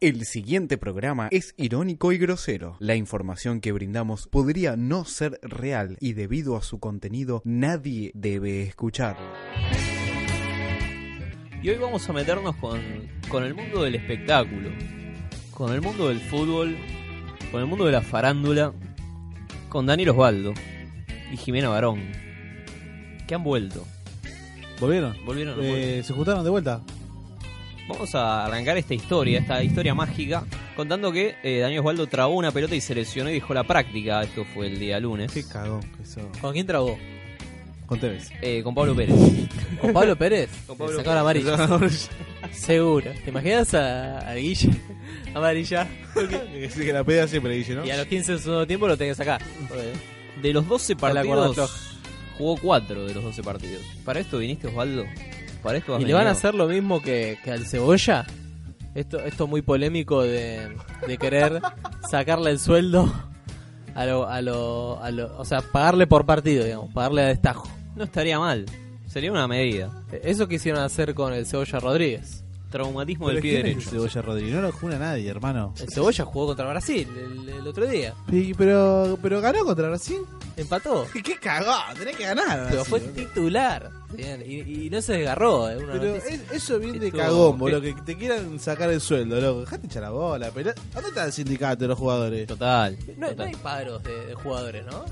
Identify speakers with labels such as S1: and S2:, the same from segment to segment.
S1: El siguiente programa es irónico y grosero. La información que brindamos podría no ser real y debido a su contenido nadie debe escucharlo.
S2: Y hoy vamos a meternos con, con el mundo del espectáculo, con el mundo del fútbol, con el mundo de la farándula, con Daniel Osvaldo y Jimena Barón, que han vuelto.
S3: ¿Volvieron?
S2: Volvieron,
S3: Eh,
S2: volvieron.
S3: ¿Se juntaron de vuelta?
S2: Vamos a arrancar esta historia, esta historia mágica, contando que eh, Daniel Osvaldo trabó una pelota y se lesionó y dijo la práctica, esto fue el día lunes,
S3: Qué cagón que eso.
S4: ¿Con quién trabó?
S3: Con Tevez.
S2: eh, con Pablo Pérez.
S4: ¿Con Pablo Pérez?
S2: Con Pablo
S4: Le sacó la
S2: Pérez.
S4: amarilla. Seguro. ¿Te imaginas a, a Guille? Amarilla.
S3: que sí, que la pedía siempre, Guille, ¿no?
S4: Y a los 15 del segundo tiempo lo tenés que sacar.
S2: De los 12
S4: la cuerda floja.
S2: partidos, jugó 4 de los 12 partidos. ¿Para esto viniste Osvaldo? ¿Para esto has
S4: Y le van a
S2: venido?
S4: hacer lo mismo que, que al cebolla. Esto, esto muy polémico de, de querer sacarle el sueldo a lo, a lo, a lo- O sea, pagarle por partido, digamos. Pagarle a destajo. E-,
S2: No estaría mal. Sería una medida.
S4: Eso quisieron hacer con el cebolla Rodríguez.
S2: Traumatismo
S3: Pero
S2: del pie
S3: ¿quién es
S2: derecho.
S3: Cebolla Rodríguez. No lo juna nadie, hermano.
S4: El cebolla jugó contra Brasil el, el otro día.
S3: Y- pero, pero ganó contra Brasil.
S4: Empató.
S3: ¡Qué cagón! Tenés que ganar.
S4: Pero
S3: Brasil,
S4: fue
S3: boludo.
S4: titular. Bien, Y, y no se desgarró. eh, una
S3: Pero
S4: noticia.
S3: es- eso viene de
S4: Estuvo-
S3: cagón, boludo. Que te quieran sacar el sueldo, loco. Dejate echar la bola. Pero, ¿Dónde está el sindicato de los jugadores?
S2: Total.
S4: No, no
S2: total.
S4: hay paros de, de jugadores, ¿no?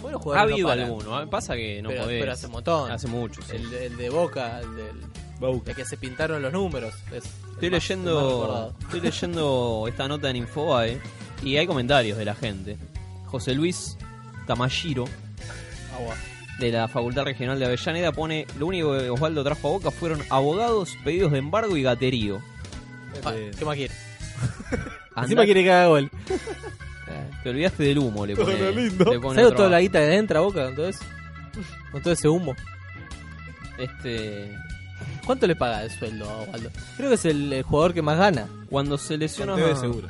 S4: Buenos
S2: ha
S4: jugadores.
S2: habido
S4: no paran.
S2: alguno. ¿eh? Pasa que no
S4: pero,
S2: podés.
S4: pero hace un montón.
S2: Hace mucho. sí.
S4: el, de- el de Boca, el del el que se pintaron los números.
S2: Estoy
S4: es el más- el más
S2: leyendo,
S4: recordado.
S2: estoy leyendo esta nota en Infobae y hay comentarios de la gente. José Luis Tamashiro
S4: Agua.
S2: de la Facultad Regional de Avellaneda pone lo único que Osvaldo trajo a Boca fueron abogados, pedidos de embargo y gaterío.
S4: Ah,
S3: Eh,
S4: ¿Qué más quiere?
S2: Andá-
S4: Encima quiere que haga gol.
S2: Eh, Te olvidaste del humo, le pone,
S3: Todo lindo.
S2: le pone
S4: ¿Sabes
S2: otro
S4: toda la
S2: más.
S4: guita que entra a Boca con todo eso? Con todo ese humo.
S2: Este,
S4: ¿Cuánto le paga el sueldo a Waldo? Creo que es el, el jugador que más gana.
S2: cuando se lesiona
S3: con Tevez seguro.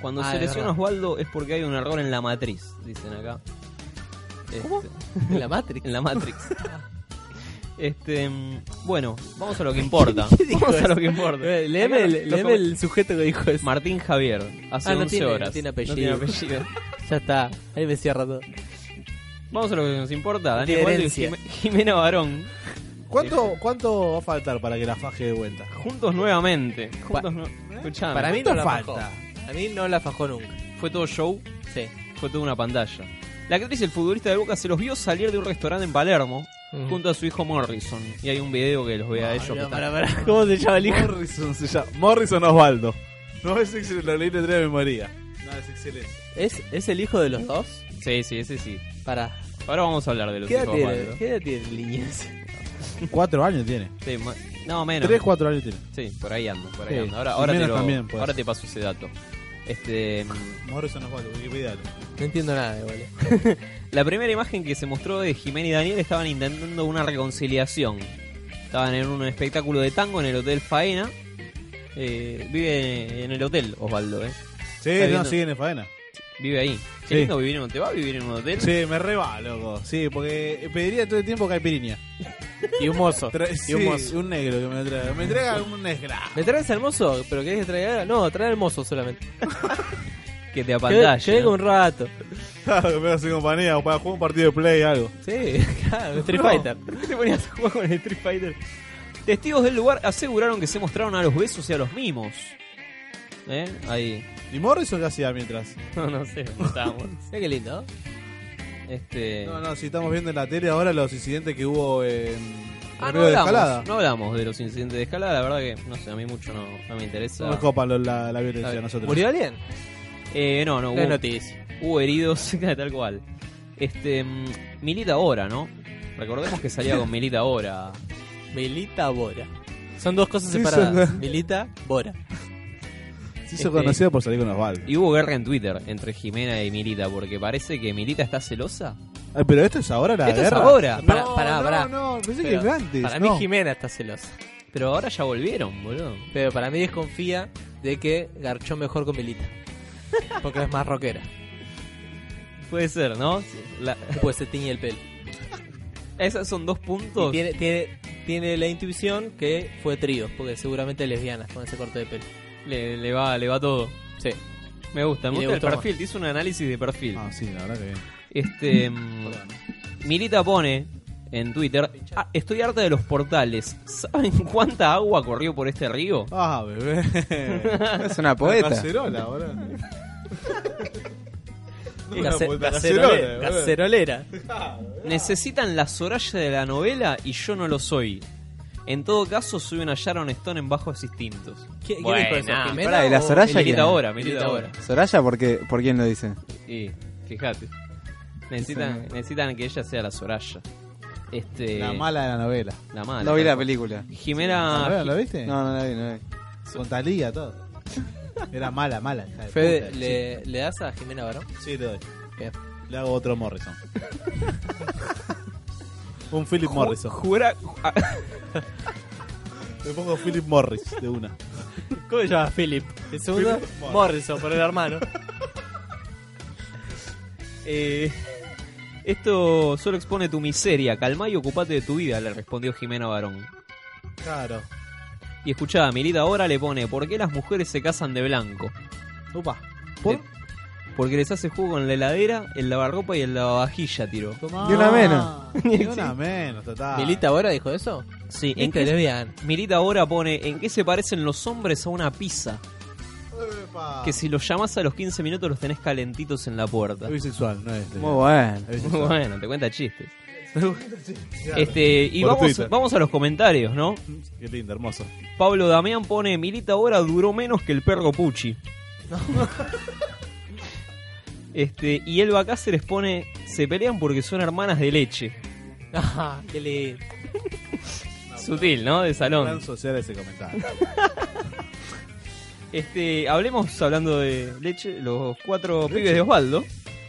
S2: Cuando
S4: Ah,
S2: se
S4: es
S2: lesiona
S4: verdad.
S2: Osvaldo es porque hay un error en la matriz, dicen acá.
S4: ¿Cómo?
S2: Este,
S4: En la Matrix.
S2: en la matrix. este, mm, bueno, vamos a lo que importa. vamos a lo que importa.
S4: Eh, Leeme,
S2: Acá
S4: el,
S2: los
S4: leeme el sujeto que dijo eso.
S2: Martín Javier, hace
S4: Ah, no
S2: 11
S4: tiene- no
S2: horas.
S4: tiene apellido.
S2: apellido.
S4: Ya está. Ahí me cierra todo.
S2: Vamos a lo que nos importa.
S4: No
S2: Daniel
S4: tiene
S2: Osvaldo y
S4: herencia.
S2: Jime- Jimena Barón,
S3: ¿Cuánto, ¿Cuánto va a faltar para que la faje de vuelta?
S2: juntos nuevamente.
S4: Pa-
S2: Juntos nu- Escuchame,
S4: Para mí no
S3: ¿Cuánto
S4: la
S3: falta?
S4: fajó. A mí no la fajó nunca.
S2: fue todo show,
S4: Sí.
S2: fue toda una pantalla. La actriz y el futbolista de Boca se los vio salir de un restaurante en Palermo
S4: Mm.
S2: junto a su hijo Morrison. Y hay un video que los ve a ellos. que
S4: Pará,
S2: están-
S4: pará, pará. ¿Cómo se llama el hijo?
S3: Morrison se llama. Morrison Osvaldo. No es excelente, lo leí de tres de memoria. No, es excelente.
S4: ¿Es, ¿Es el hijo de los dos?
S2: Sí, sí, ese sí.
S4: Pará.
S2: Ahora vamos a hablar de los
S4: ¿Qué edad
S2: hijos
S4: tiene,
S2: malos.
S4: ¿Qué edad tiene el niño ese?
S3: Cuatro años tiene.
S2: Sí, ma- no, menos.
S3: Tres, cuatro años tiene.
S2: Sí, por ahí ando, por ahí
S3: Sí,
S2: ando. Ahora,
S3: y
S2: ahora, te,
S3: menos
S2: lo-
S3: también, pues.
S2: ahora te paso ese dato. Este, mm,
S3: Morrison Osvaldo, Wikipedia.
S4: No entiendo nada, igual.
S2: la primera imagen que se mostró de Jimena y Daniel estaban intentando una reconciliación. Estaban en un espectáculo de tango en el Hotel Faena. Eh, vive en el hotel, Osvaldo, ¿eh?
S3: Sí,
S2: Está
S3: no,
S2: viendo.
S3: siguen en faena.
S2: Vive ahí. Qué
S3: Sí.
S2: lindo vivir en un ¿Te va a vivir en un hotel?
S3: Sí, me reba, loco. Sí, porque pediría todo el tiempo caipirinha.
S4: Y un mozo.
S3: Tra-
S4: y
S3: sí,
S4: un mozo.
S3: un negro que me lo traiga. Me traiga un negro.
S4: ¿Me traes al mozo? ¿Pero querés que traiga? ahora? No, trae al mozo solamente.
S2: Que te
S4: Que ve- que
S2: apantalle.
S4: venga
S2: ¿no?
S4: un rato.
S3: Claro, que me hace compañía o para jugar un partido de play algo.
S4: Sí, claro, Street
S2: No.
S4: Fighter.
S2: Te ponías a jugar con el Street Fighter. Testigos del lugar aseguraron que se mostraron a los besos y a los mimos. ¿Eh? Ahí.
S3: ¿Y Morrison qué hacía mientras?
S2: No, no sé, no estábamos.
S4: Mira qué lindo. ¿no?
S2: Este.
S3: No, no, si estamos viendo en la tele ahora los incidentes que hubo en.
S2: Ah, no
S3: Río de Escalada.
S2: hablamos, no hablamos de los incidentes de escalada, la verdad que no sé, a mí mucho no, no me interesa.
S3: No nos copan lo- la, la
S2: Está
S3: violencia
S2: bien.
S3: a nosotros.
S4: ¿Murió alguien?
S2: Eh, no, no,
S4: No es
S2: hubo,
S4: noticia.
S2: hubo heridos, tal cual. Este. mm, Milita ahora, ¿no? Recordemos que salía con Milita ahora.
S4: Milita Bora. Son dos cosas
S3: Sí,
S4: separadas.
S3: son-
S4: Milita Bora.
S3: Se hizo
S2: Este-
S3: conocido por salir con Osvaldo.
S2: Y hubo guerra en Twitter entre Jimena y Milita, porque parece que Milita está celosa.
S3: Ay, Ah, pero esto es ahora la
S2: Esto es
S3: guerra.
S2: ahora.
S3: No,
S4: Pará, pará,
S3: no,
S4: pará.
S3: no, pensé
S4: Pero
S3: que era antes.
S4: Para
S3: no.
S4: mí Jimena está celosa.
S2: Pero ahora ya volvieron, boludo.
S4: Pero para mí desconfía de que garchó mejor con Milita. Porque es más rockera.
S2: Puede ser, ¿no? La-
S4: Pues se tiñe el pelo.
S2: esos son dos puntos.
S4: Y tiene, tiene, tiene la intuición que fue trío, porque seguramente lesbiana con ese corte de pelo.
S2: Le, le va, le va todo.
S4: Sí.
S2: Me gusta, me
S4: Y le
S2: gusta el
S4: gustó más.
S2: perfil. Te hizo un análisis de perfil.
S3: Ah, sí, la verdad que bien.
S2: Este. mm, Milita pone en Twitter: "Ah, Estoy harta de los portales. ¿Saben cuánta agua corrió por este río?
S3: Ah, bebé.
S1: Es una poeta.
S3: Cacerola, boludo. No, una
S4: Cace-
S3: puta
S4: cacerole-
S3: cacerola, boludo.
S4: cacerolera.
S2: Necesitan la Soraya de la novela y yo no lo soy. En todo caso, soy una Sharon Stone en bajos instintos.
S4: ¿Qui- ¿Quién
S2: Buena.
S4: dijo eso? ¿Jimena
S1: Pará, ¿y la
S4: o-
S1: Soraya
S4: Milita
S1: quién?
S2: ahora, Milita ahora.
S1: Soraya, ¿por, qué? ¿por quién lo dice?
S2: Y, fíjate. Necesitan, necesitan que ella sea la Soraya. Este,
S3: La mala de la novela.
S2: La mala.
S1: no vi la película.
S2: Ah,
S3: ¿La novela, ¿La
S2: Jimena.
S3: viste?
S1: No, no la vi, no la vi.
S3: Con Talía, todo. Era mala, mala. hija de
S4: Fede,
S3: puta.
S4: ¿le, le das a Jimena Barón?
S3: Sí, sí, le doy.
S4: Bien.
S3: Le hago otro Morrison. Un Philip Morrison.
S2: Jura, ah,
S3: Le pongo Philip Morris de una.
S4: ¿Cómo se llama Philip? El segundo, Morrison, por el hermano.
S2: Eh, esto solo expone tu miseria. Calma y ocupate de tu vida, le respondió Jimena Barón.
S3: Claro.
S2: Y escuchá, Milita ahora le pone: ¿Por qué las mujeres se casan de blanco?
S4: Upa.
S2: ¿Por? Porque les hace jugo en la heladera, el lavarropa y el lavavajilla, tiró.
S3: Tomá.
S1: Ni una menos.
S3: Ni una menos, total.
S4: ¿Milita ahora dijo eso?
S2: Sí, ¿en
S4: Este
S2: qué-
S4: lesbian.
S2: Milita ahora pone: ¿En qué se parecen los hombres a una pizza?
S3: Epa.
S2: Que si los llamás a los 15 minutos los tenés calentitos en la puerta.
S3: Es bisexual, no es. este.
S1: Muy bueno.
S3: Es bisexual.
S2: bueno, te cuenta chistes.
S3: Claro.
S2: Este, y
S3: Por
S2: vamos,
S3: Twitter.
S2: vamos a los comentarios, ¿no?
S3: Qué lindo, hermoso.
S2: Pablo Damián pone Milita ahora duró menos que el perro Pucci. este, y Elba Cáceres pone se pelean porque son hermanas de leche.
S4: Ah, qué lindo.
S2: Sutil, ¿no? De
S3: Plan
S2: salón.
S3: social ese comentario.
S2: Este, hablemos hablando de leche, los cuatro pibes de Osvaldo.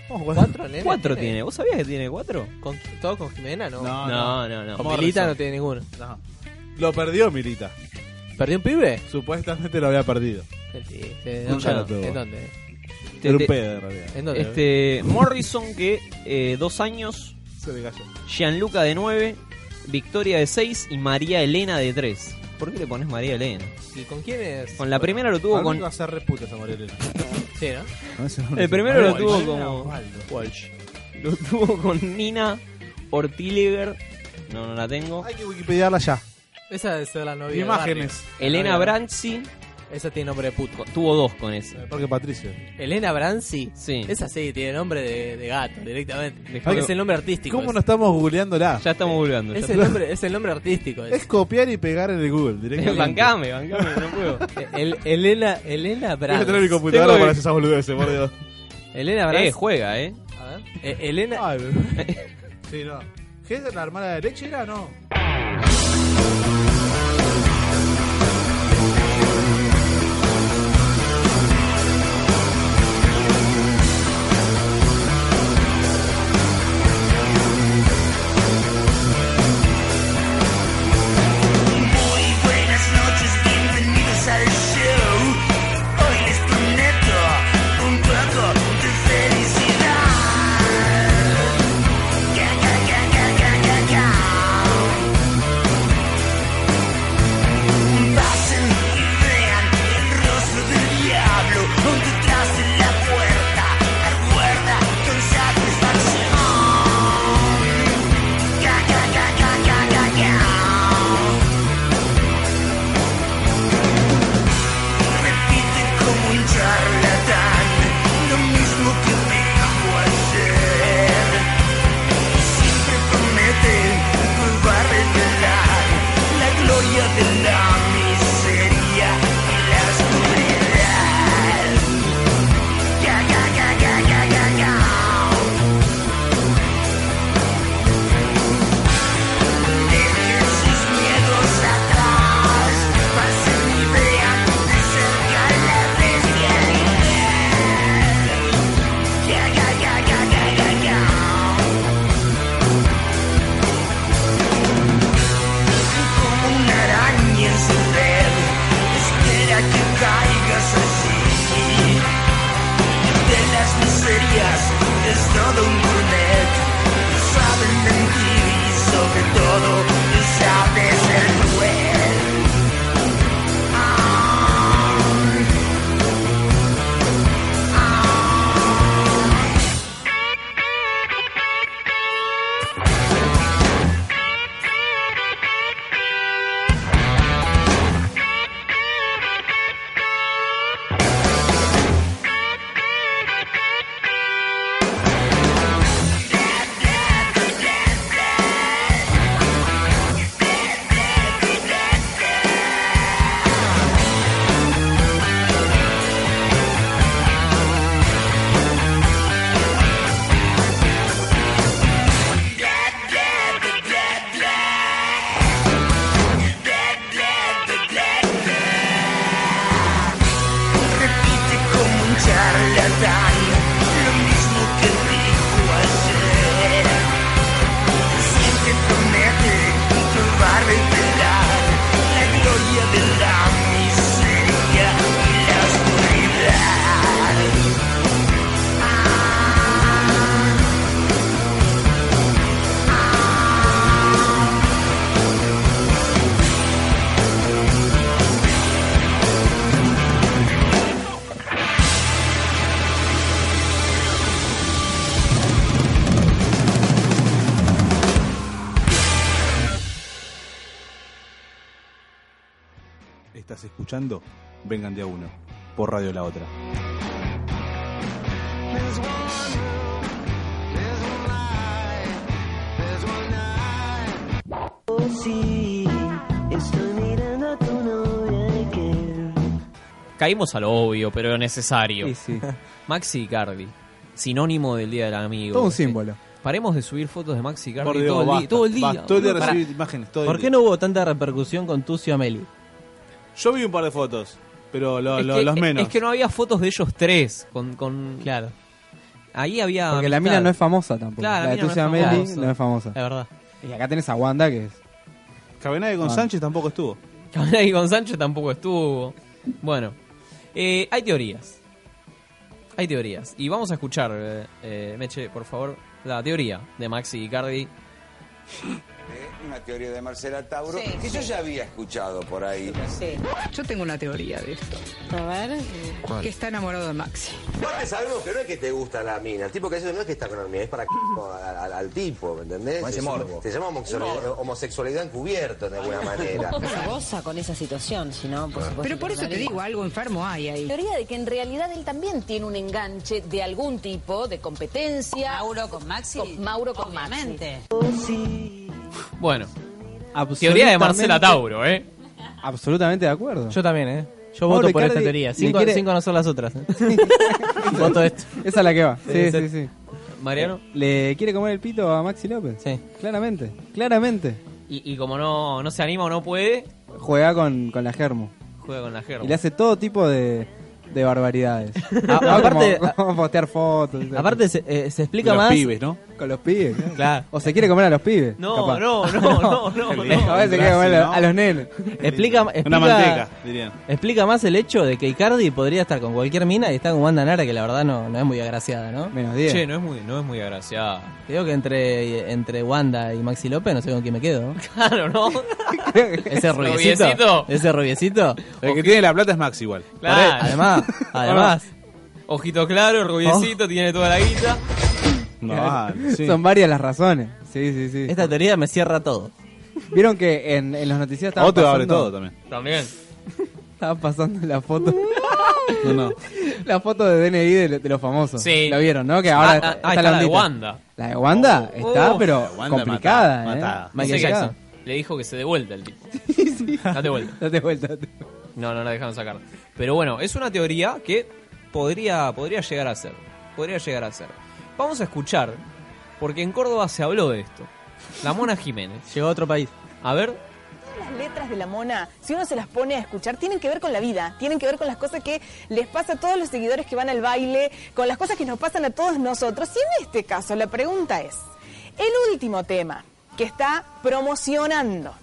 S4: ¿Cuatro nenes?
S2: Cuatro tiene. ¿Vos sabías que tiene cuatro?
S4: ¿Con, ¿Todo con Jimena? No.
S3: No,
S2: No, no, no.
S4: Con
S3: Morrison.
S4: Milita no tiene ninguno.
S3: no. Lo perdió Milita.
S4: ¿Perdió un pibe?
S3: Supuestamente lo había perdido.
S4: Sí, ¿De
S2: Nunca lo
S4: este, dónde?
S3: tuvo.
S4: ¿En dónde?
S2: Te-
S3: Era un
S2: te-
S3: pedo en realidad.
S4: ¿En dónde?
S2: este, Morrison que eh, dos años,
S3: Se le cayó.
S2: Gianluca de nueve, Victoria de seis y María Elena de tres. ¿Por qué le pones María Elena?
S4: ¿Y con quién es?
S2: Con la primera lo tuvo con.
S3: va a ser reputa esa Morelena.
S4: Sí, ¿no?
S2: El primero lo
S3: Walsh.
S2: tuvo como.
S3: Walsh.
S2: Lo tuvo con Nina Ortiliger. No, no la tengo.
S3: Hay que Wikipediarla ya.
S4: Esa es la novia. de
S3: Imágenes.
S4: barrio.
S2: Elena
S4: Novia.
S2: Branzi
S4: Esa tiene nombre de puto.
S2: co- tuvo dos con ese.
S3: El Parque Patricio.
S4: Elena Branzi.
S2: Sí.
S4: Esa sí, tiene nombre de, de gato directamente.
S2: Dejá
S4: Porque
S2: que-
S4: es el nombre artístico.
S3: ¿Cómo
S4: ese.
S3: no estamos googleándola?
S2: Ya estamos burlando. ya
S4: es, el
S2: estamos-
S4: nombre, es el nombre artístico. ese.
S3: Es copiar y pegar en el Google directamente.
S2: Bancame, bancame, no puedo.
S4: El- Elena, Elena
S3: Voy a
S4: Branzi.
S3: tener mi computadora
S2: Tengo
S3: para
S2: que-
S3: hacer esas boludeces, por Dios.
S4: Elena Branzi.
S2: Eh, juega, eh.
S4: A ver. Eh, Elena.
S3: Ay, bebé. Sí, no. ¿Qué es la hermana de leche era no?
S5: Muy buenas noches, bienvenidos al show. Hoy les prometo un poco de felicidad. Ga, ga, ga, ga, ga, ga, ga. Pasen y vean el rostro del diablo detrás de la puerta. Recuerda con satisfacción. Ga, ga, ga, ga, ga, ga, ga. repite como un charlatán lo mismo que dijo ayer. Siempre promete que va a revelar la gloria de la miseria y la oscuridad. Ga, ga, ga, ga, ga, ga, ga. Dejen sus miedos atrás, pasen y vean de cerca la bestialidad. dan lo mismo que dijo ayer. Siempre promete que va a revelar la gloria de la miseria y la oscuridad.
S3: Estás escuchando Vengan de a uno por Radio La Otra.
S6: Sí, estoy mirando a tu novia y que
S2: Caímos a lo obvio, pero necesario.
S7: Sí, sí.
S2: Maxi Icardi, sinónimo del Día del Amigo.
S7: Todo un
S2: Sí.
S7: símbolo.
S2: Paremos de subir fotos de Maxi Icardi
S3: Por Dios,
S2: todo, el día,
S3: basta,
S2: todo el día.
S3: basta, todo el día
S2: boludo,
S3: recibir imágenes. todo el
S7: ¿Por
S3: día.
S7: qué no hubo tanta repercusión con Tucio Ameli?
S3: Yo vi un par de fotos, pero lo-
S2: pará. Es
S3: lo-
S2: que-
S3: los
S2: es-
S3: menos.
S2: Es que no había fotos de ellos tres. Con, con-
S4: Claro,
S2: Ahí había.
S4: Ah,
S7: Porque la mina
S2: amistad.
S7: no es famosa tampoco.
S2: Claro, la
S7: la de
S2: mina no
S7: Tucio
S2: es
S7: Ameli
S2: famosa.
S7: no es famosa.
S4: es verdad.
S7: Y acá tenés a Wanda, que es
S3: Cabenague con
S7: Ah.
S3: Sánchez tampoco estuvo.
S2: Cabanaghi con Sancho tampoco estuvo. Bueno, eh, hay teorías. Hay teorías. Y vamos a escuchar, eh, eh, Meche, por favor, la teoría de Maxi Icardi.
S8: Eh, Una teoría de Marcela Tauro que yo ya había escuchado por ahí.
S9: Yo tengo una teoría de esto.
S10: A ver. eh,
S9: Que está enamorado de Maxi.
S8: Aparte sabemos que no es que te gusta la mina. El tipo que hace no es que está con la mina, es para c- al, al- al tipo, ¿me entendés? Se llama- Se llama homosexualidad, homosexualidad encubierta de alguna manera.
S10: Se goza con esa situación, si no, por supuesto.
S9: Pero por eso te digo, algo enfermo hay ahí.
S10: teoría de que en realidad él también tiene un enganche de algún tipo, de competencia. Mauro con Maxi. Mauro con Maxi.
S2: Bueno, teoría de Marcela
S7: absolutamente-
S2: Tauro, ¿eh?
S7: Absolutamente de acuerdo.
S4: Yo también, ¿eh? Yo
S7: Mauro
S4: voto por esta
S7: Icardi
S4: teoría,
S7: le
S4: sin, con-
S7: quiere-
S4: sin conocer las otras. ¿eh? voto esto.
S7: Esa es la que va. Sí,
S4: esa-
S7: sí, sí.
S2: Mariano.
S7: ¿Le quiere comer el pito a Maxi López?
S4: Sí.
S7: Claramente, claramente.
S2: Y, y como no, no se anima o no puede,
S7: Juega con, con la Germo.
S2: juega con la germa.
S7: Y le hace todo tipo de, de barbaridades.
S4: A-
S7: Como-
S4: aparte-
S7: como postear fotos. y todo.
S4: Aparte, se, eh, se explica
S3: los
S4: más.
S3: pibes, ¿no?
S7: Con los pibes. claro.
S4: Claro.
S7: O se quiere comer a los pibes.
S2: No,
S7: capaz.
S2: no, no, no, no, no.
S7: A veces quiere comer a,
S3: ¿no?
S7: a los nenes.
S4: Explica, explica,
S3: Una manteca, dirían.
S4: explica más el hecho de que Icardi podría estar con cualquier mina y está con Wanda Nara, que la verdad no, no es muy agraciada, ¿no?
S7: Menos 10.
S2: Che, no es muy, no es muy agraciada.
S4: Te digo que entre, entre Wanda y Maxi López no sé con quién me quedo. ¿no?
S2: Claro, ¿no?
S4: Ese rubiecito.
S2: ¿Rubiecito?
S4: Ese rubiecito.
S3: El que tiene la plata es Max igual.
S2: Claro.
S4: Además, además.
S2: Ojito claro, rubiecito,
S7: Oh.
S2: tiene toda la guita.
S3: No, ah, sí.
S7: Son varias las razones. Sí, sí, sí.
S4: Esta teoría me cierra todo.
S7: Vieron que en, en los noticias estaban
S3: O te abre
S7: pasando,
S3: todo también.
S2: También.
S7: estaban pasando la foto.
S3: No, no.
S7: La foto de DNI de, de los famosos.
S2: Sí.
S7: Lo vieron, ¿no? Que ahora
S2: Ah, ah,
S7: está,
S2: ah, está
S7: la
S2: la de
S7: ondita.
S2: Wanda.
S7: La de Wanda
S2: Oh,
S7: está,
S2: oh. Ah,
S7: pero
S3: Wanda
S7: complicada,
S3: matada,
S7: ¿eh?
S3: matada.
S7: Michael
S2: Michael
S7: Jackson.
S2: Le dijo que se devuelta el tipo. Date vuelta.
S7: Date vuelta. date vuelta.
S2: No, no la dejaron sacar. Pero bueno, es una teoría que podría, podría llegar a ser. Podría llegar a ser. Vamos a escuchar, porque en Córdoba se habló de esto. La Mona Jiménez.
S4: Llegó a otro país.
S2: A ver,
S10: Las letras de la mona, si uno se las pone a escuchar, tienen que ver con la vida, tienen que ver con las cosas que les pasa a todos los seguidores que van al baile, con las cosas que nos pasan a todos nosotros. Y en este caso, la pregunta es, el último tema que está promocionando,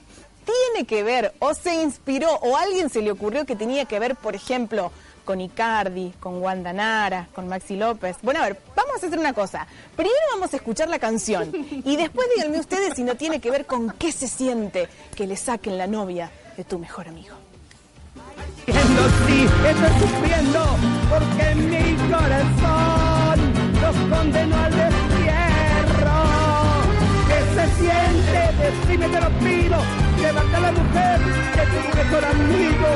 S10: ¿tiene que ver o se inspiró o a alguien se le ocurrió que tenía que ver, por ejemplo, con Icardi, con Wanda Nara, con Maxi López. Bueno, a ver, vamos a hacer una cosa. Primero vamos a escuchar la canción y después díganme ustedes si no tiene que ver con qué se siente que le saquen la novia de tu mejor amigo.
S6: sí, estoy sufriendo porque mi corazón los condenó al destierro. ¿Qué se siente? Decime, te lo pido. Levanta la mujer que tu mejor amigo.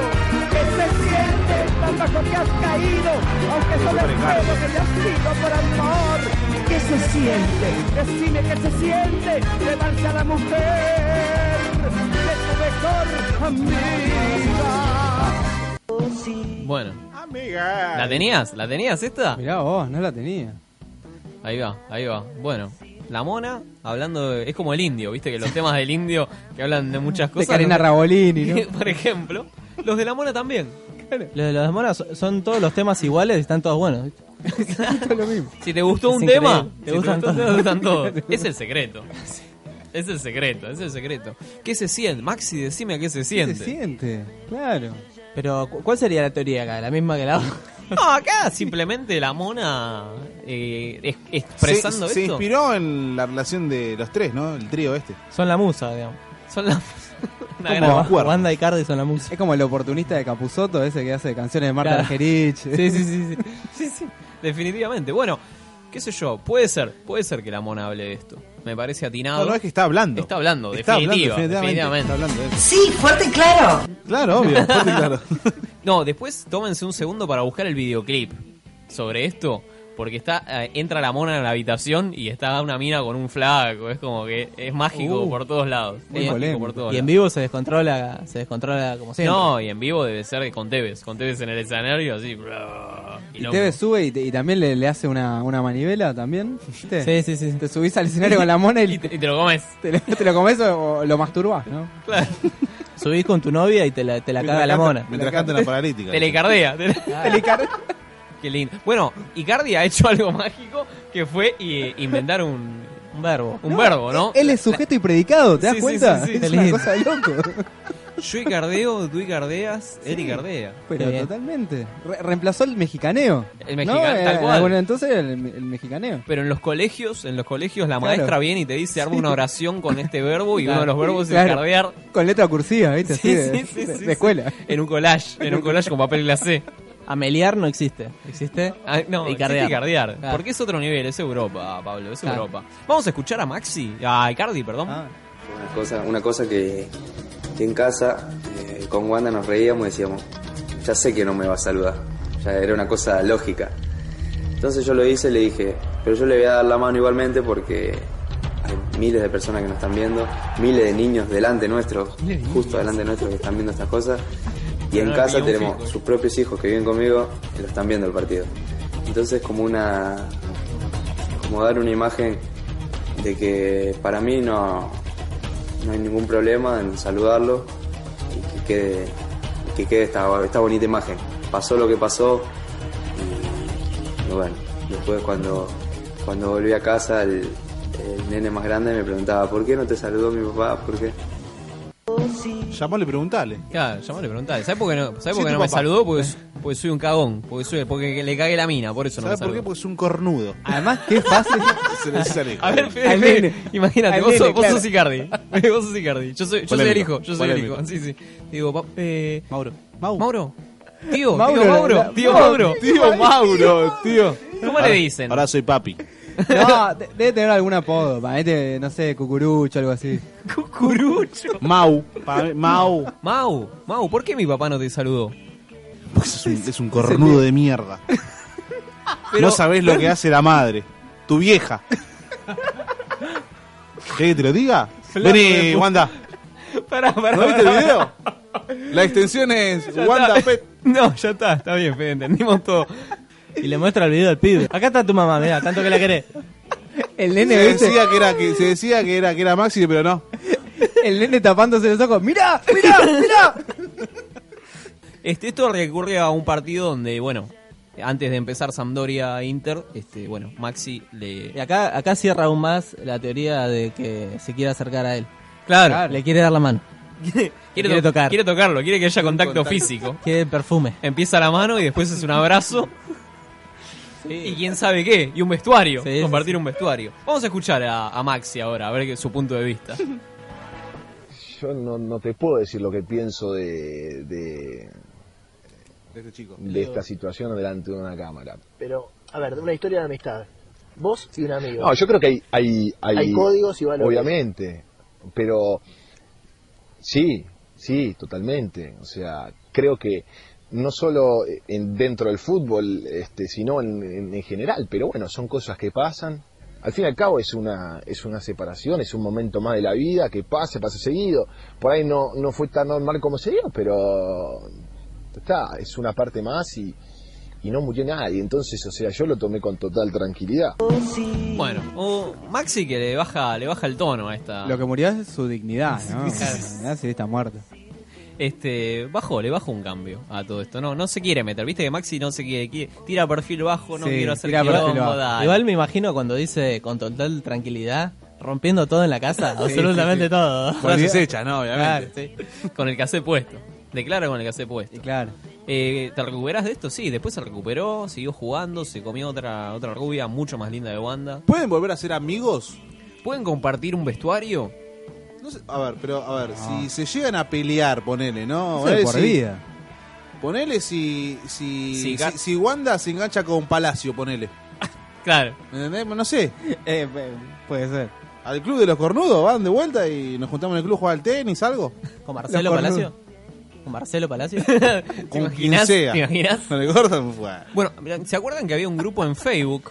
S6: ¿Qué se siente tan bajo que has caído? Aunque solo el fuego que te has sido por amor. ¿Qué se siente? Decime qué se siente. Levanta la mujer de tu mejor amiga.
S2: bueno. ¿La tenías? ¿La tenías esta?
S7: Mirá vos, no la tenía.
S2: Ahí va, ahí va. Bueno, la Mona hablando de- es como el indio, ¿viste? Que los temas del indio que hablan de muchas
S7: De
S2: cosas.
S7: Karina Rabolini, ¿no?
S2: Por ejemplo, los de la Mona también.
S7: ¿eh?
S4: Los de las monas son todos los temas iguales y están todos buenos. ¿viste?
S7: lo mismo.
S2: Si te gustó
S7: Es
S2: un tema,
S7: increíble.
S2: te
S7: Te
S2: gustan,
S7: gustan
S2: todos.
S7: todos.
S2: te gustan todos. Es el secreto. Es el secreto, es el secreto. ¿Qué se siente? Maxi, decime a qué se
S7: ¿Qué
S2: siente.
S7: se siente? Claro.
S4: Pero, ¿cu- ¿cuál sería la teoría acá? ¿La misma que la otra?
S2: No, acá simplemente la mona eh, es- expresando
S3: se, se
S2: esto.
S3: inspiró en la relación de los tres, ¿no? El trío este.
S4: Son la musa, digamos.
S2: Son las. una
S7: ¿Cómo
S2: gran-
S7: va? Cuerno.
S4: Wanda y Cardi son la musa.
S7: Es como el oportunista de Capuzoto, ese que hace canciones de Marta
S4: Claro.
S7: Argerich.
S4: Sí, sí, sí. sí.
S2: Sí, sí, definitivamente. Bueno, qué sé yo, puede ser, puede ser que la mona hable de esto. Me parece
S3: No,
S2: atinado.
S3: no, es que está hablando.
S2: Está hablando,
S3: Está hablando,
S2: definitiva,
S3: Está hablando de eso.
S5: Sí, fuerte y claro.
S3: Claro, obvio, fuerte y claro.
S2: No, después tómense un segundo para buscar el videoclip sobre esto. Porque está eh, entra la mona en la habitación y está una mina con un flaco. Es como que es mágico
S4: Uh,
S2: por todos lados.
S7: muy
S2: Es mágico
S7: polémico.
S2: por todos
S4: Y
S2: lados.
S4: en vivo se descontrola, se descontrola como siempre.
S2: No, y en vivo debe ser con Tevez. Con Tevez en el escenario, así. bla, y
S7: Y
S2: loco.
S7: Tevez sube y, te- y también le, le hace una, una manivela también. ¿viste?
S4: Sí, sí, sí.
S7: Te subís al escenario con la mona
S2: Y
S7: y
S2: te, y te lo comes.
S7: te, lo- te lo comes o, o lo masturbás, ¿no?
S2: Claro.
S4: Subís con tu novia y te la, te la caga la mona.
S3: Mientras canta la paralítica.
S2: Telecardea. tele- Qué lindo. Bueno, Icardi ha hecho algo mágico que fue eh, inventar un,
S4: Un verbo.
S2: un verbo, ¿no?
S7: Él es sujeto y predicado, ¿te das
S2: Sí, sí,
S7: cuenta?
S2: sí, sí.
S7: Es una
S4: Lindo.
S7: cosa de loco.
S2: Yo Icardeo, tú Icardeas, él Icardea.
S7: Pero
S4: Qué bien.
S7: totalmente. Re- reemplazó el mexicaneo.
S2: El mexican-
S7: Eh,
S2: tal cual.
S7: Bueno, entonces el, el mexicaneo.
S2: Pero en los colegios, en los colegios la
S7: Claro.
S2: maestra viene y te dice arma una oración con este verbo y uno de los verbos
S7: Claro.
S2: es cardear.
S7: Con letra cursiva, ¿viste? Así
S2: Sí,
S7: de,
S2: sí, sí,
S7: de-
S2: sí,
S7: de escuela.
S2: sí. En un collage, en un collage con papel glacé.
S4: Ameliar no existe. ¿Existe?
S2: Ah, no,
S4: Icardear.
S2: existe Icardear.
S4: Claro.
S2: Porque es otro nivel, es Europa, Pablo, es
S4: Claro.
S2: Europa. Vamos a escuchar a Maxi, a Icardi, perdón.
S7: Ah,
S11: Una cosa, una cosa que, que en casa eh, con Wanda nos reíamos y decíamos, ya sé que no me va a saludar. Ya era una cosa lógica. Entonces yo lo hice y le dije, pero yo le voy a dar la mano igualmente porque hay miles de personas que nos están viendo, miles de niños delante nuestro, justo delante nuestro que están viendo estas cosas. Y en
S2: no
S11: casa
S2: había un
S11: tenemos
S2: fijo.
S11: sus propios hijos que viven conmigo y lo están viendo el partido. Entonces como una como dar una imagen de que para mí no, no hay ningún problema en saludarlo y que quede, que quede esta, esta bonita imagen. Pasó lo que pasó y, y bueno, después cuando, cuando volví a casa el, el nene más grande me preguntaba, ¿por qué no te saludó mi papá? ¿Por qué?
S3: Llamóle y preguntale.
S2: Claro, llamale y preguntale. ¿Sabes por qué no, ¿sabés
S3: Sí,
S2: por
S3: tu
S2: qué no me
S3: papá.
S2: saludó? Porque, porque soy un cagón, porque, soy- porque le cagué la mina, por eso no me
S3: ¿Sabes por qué?
S2: saludó.
S3: Porque es un cornudo.
S7: Además, qué fácil.
S3: Se le sale.
S2: A ver, Fede,
S7: Al
S2: Fede,
S7: nene.
S2: imagínate,
S7: Al
S2: vos, sos,
S7: nene,
S2: vos
S7: claro.
S2: sos Icardi. Vos sos Icardi. Yo soy, yo soy el
S3: Polémico,
S2: hijo, yo soy el hijo.
S3: polémico.
S2: Sí, sí. Digo, pa- eh,
S7: Mauro.
S3: Mau.
S2: Mauro. Tío,
S7: Mauro,
S2: tío
S7: la-
S2: Mauro,
S7: la-
S2: tío
S7: no,
S2: Mauro.
S3: Tío Mauro, tío.
S2: ¿Cómo le dicen?
S3: Ahora soy papi.
S7: No, Ah, de- debe tener algún apodo. Para este, no sé, cucurucho, algo así.
S2: Cucurucho.
S3: Mau. Para mí, Mau.
S2: Mau, Mau, ¿por qué mi papá no te saludó?
S3: Porque es un, es un cornudo de mierda. no sabés lo que hace la madre. Tu vieja. ¿Querés que te lo diga? Vení, Wanda.
S2: Pará, pará.
S3: ¿No viste el
S2: pará.
S3: video? La extensión es
S2: Ya
S3: Wanda
S2: está.
S3: Pet.
S2: No, ya está, está bien, Fede, entendimos todo.
S4: Y le muestra el video al pibe. Acá está tu mamá, mira, tanto que la querés.
S7: El
S3: Se
S7: nene, ¿viste?
S3: decía que era, que, se decía que era, que era Maxi, pero no.
S7: El nene tapándose los ojos. ¡Mirá! ¡Mirá! ¡Mirá!
S2: Este, esto recurre a un partido donde, bueno, antes de empezar Sampdoria Inter, este, bueno, Maxi le.
S4: Y acá, acá cierra aún más la teoría de que se quiere acercar a él.
S2: Claro,
S4: Le quiere dar la mano.
S2: quiere,
S4: quiere
S2: to-
S4: tocar.
S2: Quiere tocarlo, quiere que haya contacto físico.
S4: Quiere el perfume.
S2: Empieza la mano y después es un abrazo. Y quién sabe qué, y un vestuario,
S4: Sí, sí,
S2: compartir un vestuario. Vamos a escuchar a, a Maxi ahora, a ver que- su punto de vista.
S12: Yo no, no te puedo decir lo que pienso de, de,
S3: Este chico.
S12: de esta situación delante de una cámara.
S6: Pero, a ver, de una historia de amistad. Vos y un amigo.
S12: No, yo creo que hay... Hay,
S6: Hay códigos y valores.
S12: Obviamente, pero sí, sí, totalmente. O sea, creo que no solo en- dentro del fútbol, este, sino en, en- en general, pero bueno, son cosas que pasan. Al fin y al cabo es una, es una separación, es un momento más de la vida que pasa, pasa seguido. Por ahí no, no fue tan normal como se dio, pero está, es una parte más y, y no murió nadie. Entonces, o sea, yo lo tomé con total tranquilidad.
S2: Bueno, o Maxi que le baja, le baja el tono a esta.
S7: Lo que murió es su dignidad, ¿no?
S2: Sí, sí, sí.
S7: La dignidad sí está muerta.
S2: Este, bajó, le bajó un cambio a todo esto. No, no se quiere meter. Viste que Maxi no se quiere, quiere- tira perfil bajo, no
S4: Sí,
S2: quiero hacer
S4: tira perfil
S2: quilombo,
S4: bajo.
S2: dale.
S4: Igual me imagino cuando dice con total tranquilidad, rompiendo todo en la casa,
S2: Sí,
S4: absolutamente
S2: sí, sí.
S4: todo.
S2: Frases hechas, ¿no?
S4: Claro,
S2: Obviamente. Con el cassette puesto. Declara con el cassette puesto. Eh,
S7: claro.
S2: ¿Te recuperás de esto? Sí, después se recuperó, siguió jugando, se comió otra, otra rubia mucho más linda de Wanda.
S3: ¿Pueden volver a ser amigos?
S2: ¿Pueden compartir un vestuario?
S3: No sé, a ver, pero a ver, si se llegan a pelear, ponele,
S7: Eso
S3: ¿no?
S7: es
S3: Ponele
S7: por
S3: si-
S7: vida.
S3: Ponele si si,
S2: Si
S3: si,
S2: Ga-
S3: si Wanda se engancha con Palacio, ponele.
S2: Claro.
S3: ¿Me entendés? No sé.
S7: Eh, puede ser.
S3: Al club de los cornudos van de vuelta y nos juntamos en el club a jugar al tenis, algo.
S4: ¿Con Marcelo
S3: Los cornudos.
S4: Palacio? ¿Con Marcelo Palacio?
S3: Con quien
S2: imaginás?
S3: sea.
S2: ¿Te imaginás?
S3: Con el Gordon, bueno.
S2: Bueno, mirá, ¿se acuerdan que había un grupo en Facebook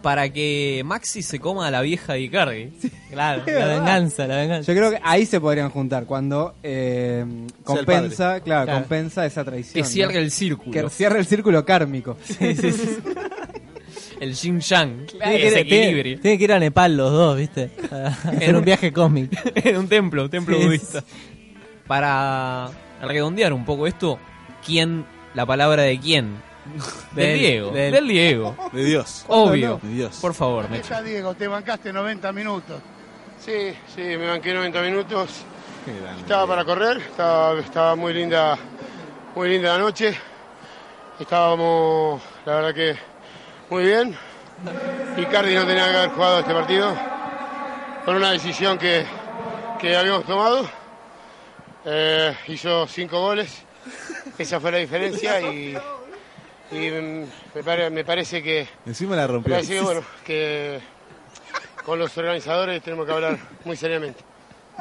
S2: para que Maxi se coma a la vieja de Icardi?
S4: Claro,
S7: Es verdad.
S4: la venganza.
S7: Yo creo que ahí se podrían juntar, cuando eh, compensa,
S4: padre.
S7: claro,
S4: Claro.
S7: compensa esa traición.
S2: Que cierre
S7: ¿no?
S2: el círculo.
S7: Que cierre el círculo kármico.
S2: El Jin Yang.
S4: Tiene
S2: Ese
S4: que, ir- tiene-
S2: equilibrio.
S4: tiene que ir a Nepal los dos, ¿viste? A hacer un viaje cósmico.
S2: en un templo, templo
S4: Sí,
S2: budista. Para redondear un poco esto, ¿quién? La palabra de quién? Del,
S4: Del-
S2: Diego. Del,
S4: del-
S2: Diego.
S3: De Dios.
S2: Obvio.
S3: De Dios.
S2: Por favor,
S13: ¿Qué
S2: Nacho.
S13: tal, Diego? Te bancaste 90 minutos.
S14: Sí, sí, me banqué 90 minutos.
S3: Qué grande.
S14: Estaba para correr, estaba, estaba muy linda, muy linda la noche. Estábamos, la verdad que muy bien. Y Cardi no tenía que haber jugado este partido con una decisión que, que habíamos tomado. Eh, hizo cinco goles, esa fue la diferencia y, y, mm, me, pare- me parece que
S3: Encima la rompió.
S14: pero así que bueno, que con los organizadores tenemos que hablar muy seriamente.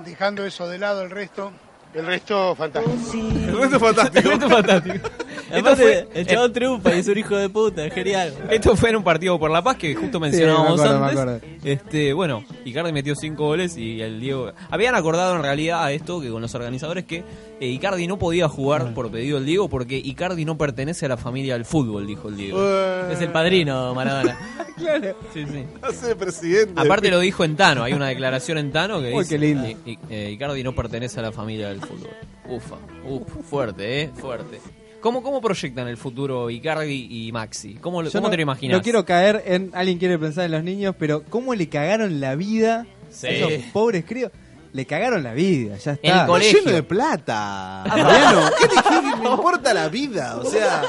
S13: Dejando eso de lado, el resto.
S14: El resto, fantástico.
S3: El resto fantástico.
S2: Esto es fantástico.
S4: Aparte, el chabón triunfa y es un hijo de puta, es genial.
S2: Esto fue en un partido por la paz que justo mencionábamos
S7: me acuerdo, me
S2: antes. Este, bueno, Icardi metió cinco goles y el Diego. Habían acordado en realidad a esto que con los organizadores que eh, Icardi no podía jugar por pedido del Diego porque Icardi no pertenece a la familia del fútbol, dijo el Diego.
S4: Es el padrino, Maradona.
S3: claro.
S2: Sí, sí.
S3: Hace presidente.
S2: Aparte lo dijo en Tano, hay una declaración en Tano que
S7: Uy,
S2: dice
S7: qué lindo.
S2: "I- I- eh, Icardi no pertenece a la familia del fútbol. Ufa, uf, fuerte, eh, fuerte. ¿Cómo, ¿Cómo proyectan el futuro Icardi y Maxi? ¿Cómo, lo-
S7: Yo
S2: cómo
S7: no,
S2: te lo imaginas?
S7: No quiero caer en. Alguien quiere pensar en los niños, pero ¿cómo le cagaron la vida
S2: Sí.
S7: a esos pobres críos? Le cagaron la vida, ya
S2: En el
S7: está. Ah,
S2: colegio. Lleno de
S3: plata. Mariano, ¿qué te qué me importa la vida? O sea,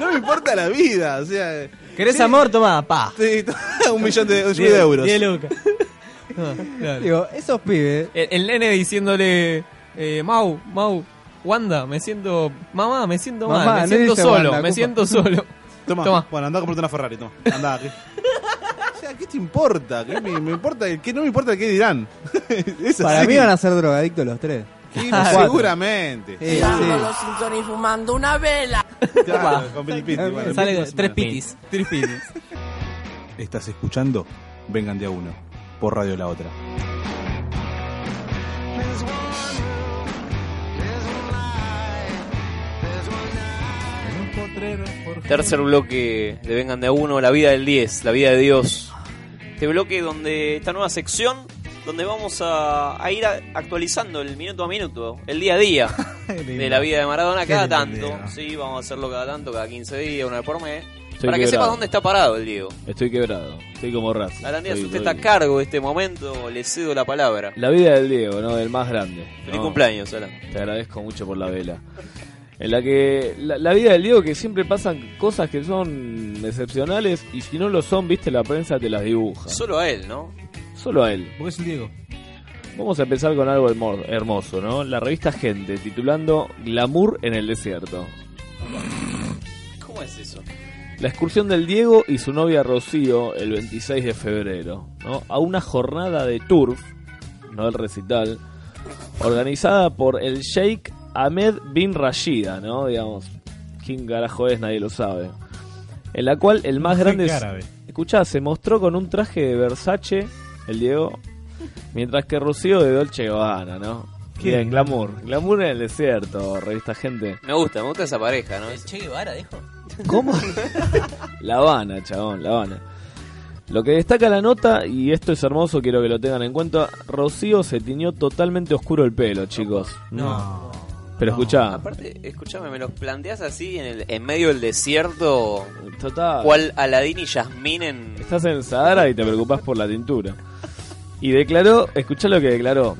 S3: no me importa la vida. O sea,
S4: ¿Querés amor? Tomá, pa.
S3: sí, un millón de, un millón de euros.
S4: Diez lucas.
S7: Digo, esos pibes.
S2: El, el nene diciéndole, eh, Mau, Mau, Wanda, me siento, mamá, me siento
S7: Mamá,
S2: mal, me
S7: no
S2: siento
S7: dice
S2: solo,
S7: Wanda,
S2: me
S7: Cupa.
S2: siento solo.
S3: Toma,
S2: Tomá.
S3: bueno, anda a comprarte una Ferrari, toma. Andá. ¿qué? O sea, ¿qué te importa? ¿Qué me, me importa? el ¿Qué no me importa el qué dirán? Es
S7: Para
S3: así.
S7: mí van a ser drogadictos los tres.
S3: Sí,
S7: Los cuatro.
S3: seguramente.
S7: Sí, sí.
S9: Simpson y fumando una vela.
S3: Claro, con Billy Pitt, bueno,
S4: Sale
S3: más o
S4: tres
S3: menos.
S4: pitis.
S2: Tres pitis.
S3: Estás escuchando Vengan de a uno por Radio La Otra.
S2: Tercer bloque de Vengan de a uno, la vida del 10, la vida de Dios. Este bloque donde esta nueva sección donde vamos a, a ir a- actualizando el minuto a minuto, el día a día de la vida de Maradona cada tanto. Sí, vamos a hacerlo cada tanto, cada 15 días, una vez por mes.
S15: Estoy
S2: para que
S15: quebrado.
S2: sepas dónde está parado el Diego.
S15: Estoy quebrado, estoy como raza.
S2: Arandías,
S15: Estoy-
S2: usted está
S15: estoy-
S2: a cargo de este momento, le cedo la palabra.
S15: La vida del Diego, ¿no? Del más grande.
S2: Feliz
S15: ¿no?
S2: cumpleaños, Alan.
S15: Te agradezco mucho por la vela. En la que la, la vida del Diego que siempre pasan cosas que son excepcionales y si no lo son, viste, la prensa te las dibuja.
S2: Solo a él, ¿no?
S15: Solo a él.
S4: Porque es el Diego.
S15: Vamos a empezar con algo hermo- hermoso, ¿no? La revista Gente, titulando Glamour en el desierto.
S2: ¿Cómo es eso?
S15: La excursión del Diego y su novia Rocío el 26 de febrero, ¿no? a una jornada de turf, no el recital, organizada por el Sheikh Ahmed bin Rashida, ¿no? Digamos, quién carajo es, nadie lo sabe. En la cual el más
S16: Un
S15: grande...
S16: jeque
S15: es-
S16: árabe.
S15: Escuchá, se mostró con un traje de Versace, el Diego, mientras que Rocío de Dolce Gabbana, ¿no?
S2: Qué
S15: Bien,
S2: lindo.
S15: glamour. Glamour en el desierto, revista gente.
S2: Me gusta, me gusta esa pareja, ¿no?
S4: Che Guevara, dijo.
S15: ¿Cómo? La Habana, chabón, La Habana. Lo que destaca la nota, y esto es hermoso, quiero que lo tengan en cuenta, Rocío se tiñó totalmente oscuro el pelo, chicos.
S4: No.
S15: Pero escucha,
S2: Aparte, escúchame, me los planteas así en, el, en medio del desierto.
S15: Total.
S2: Cual Aladín y Yasmín en.
S15: Estás en el Sahara y te preocupas por la tintura. Y declaró, escuchá lo que declaró.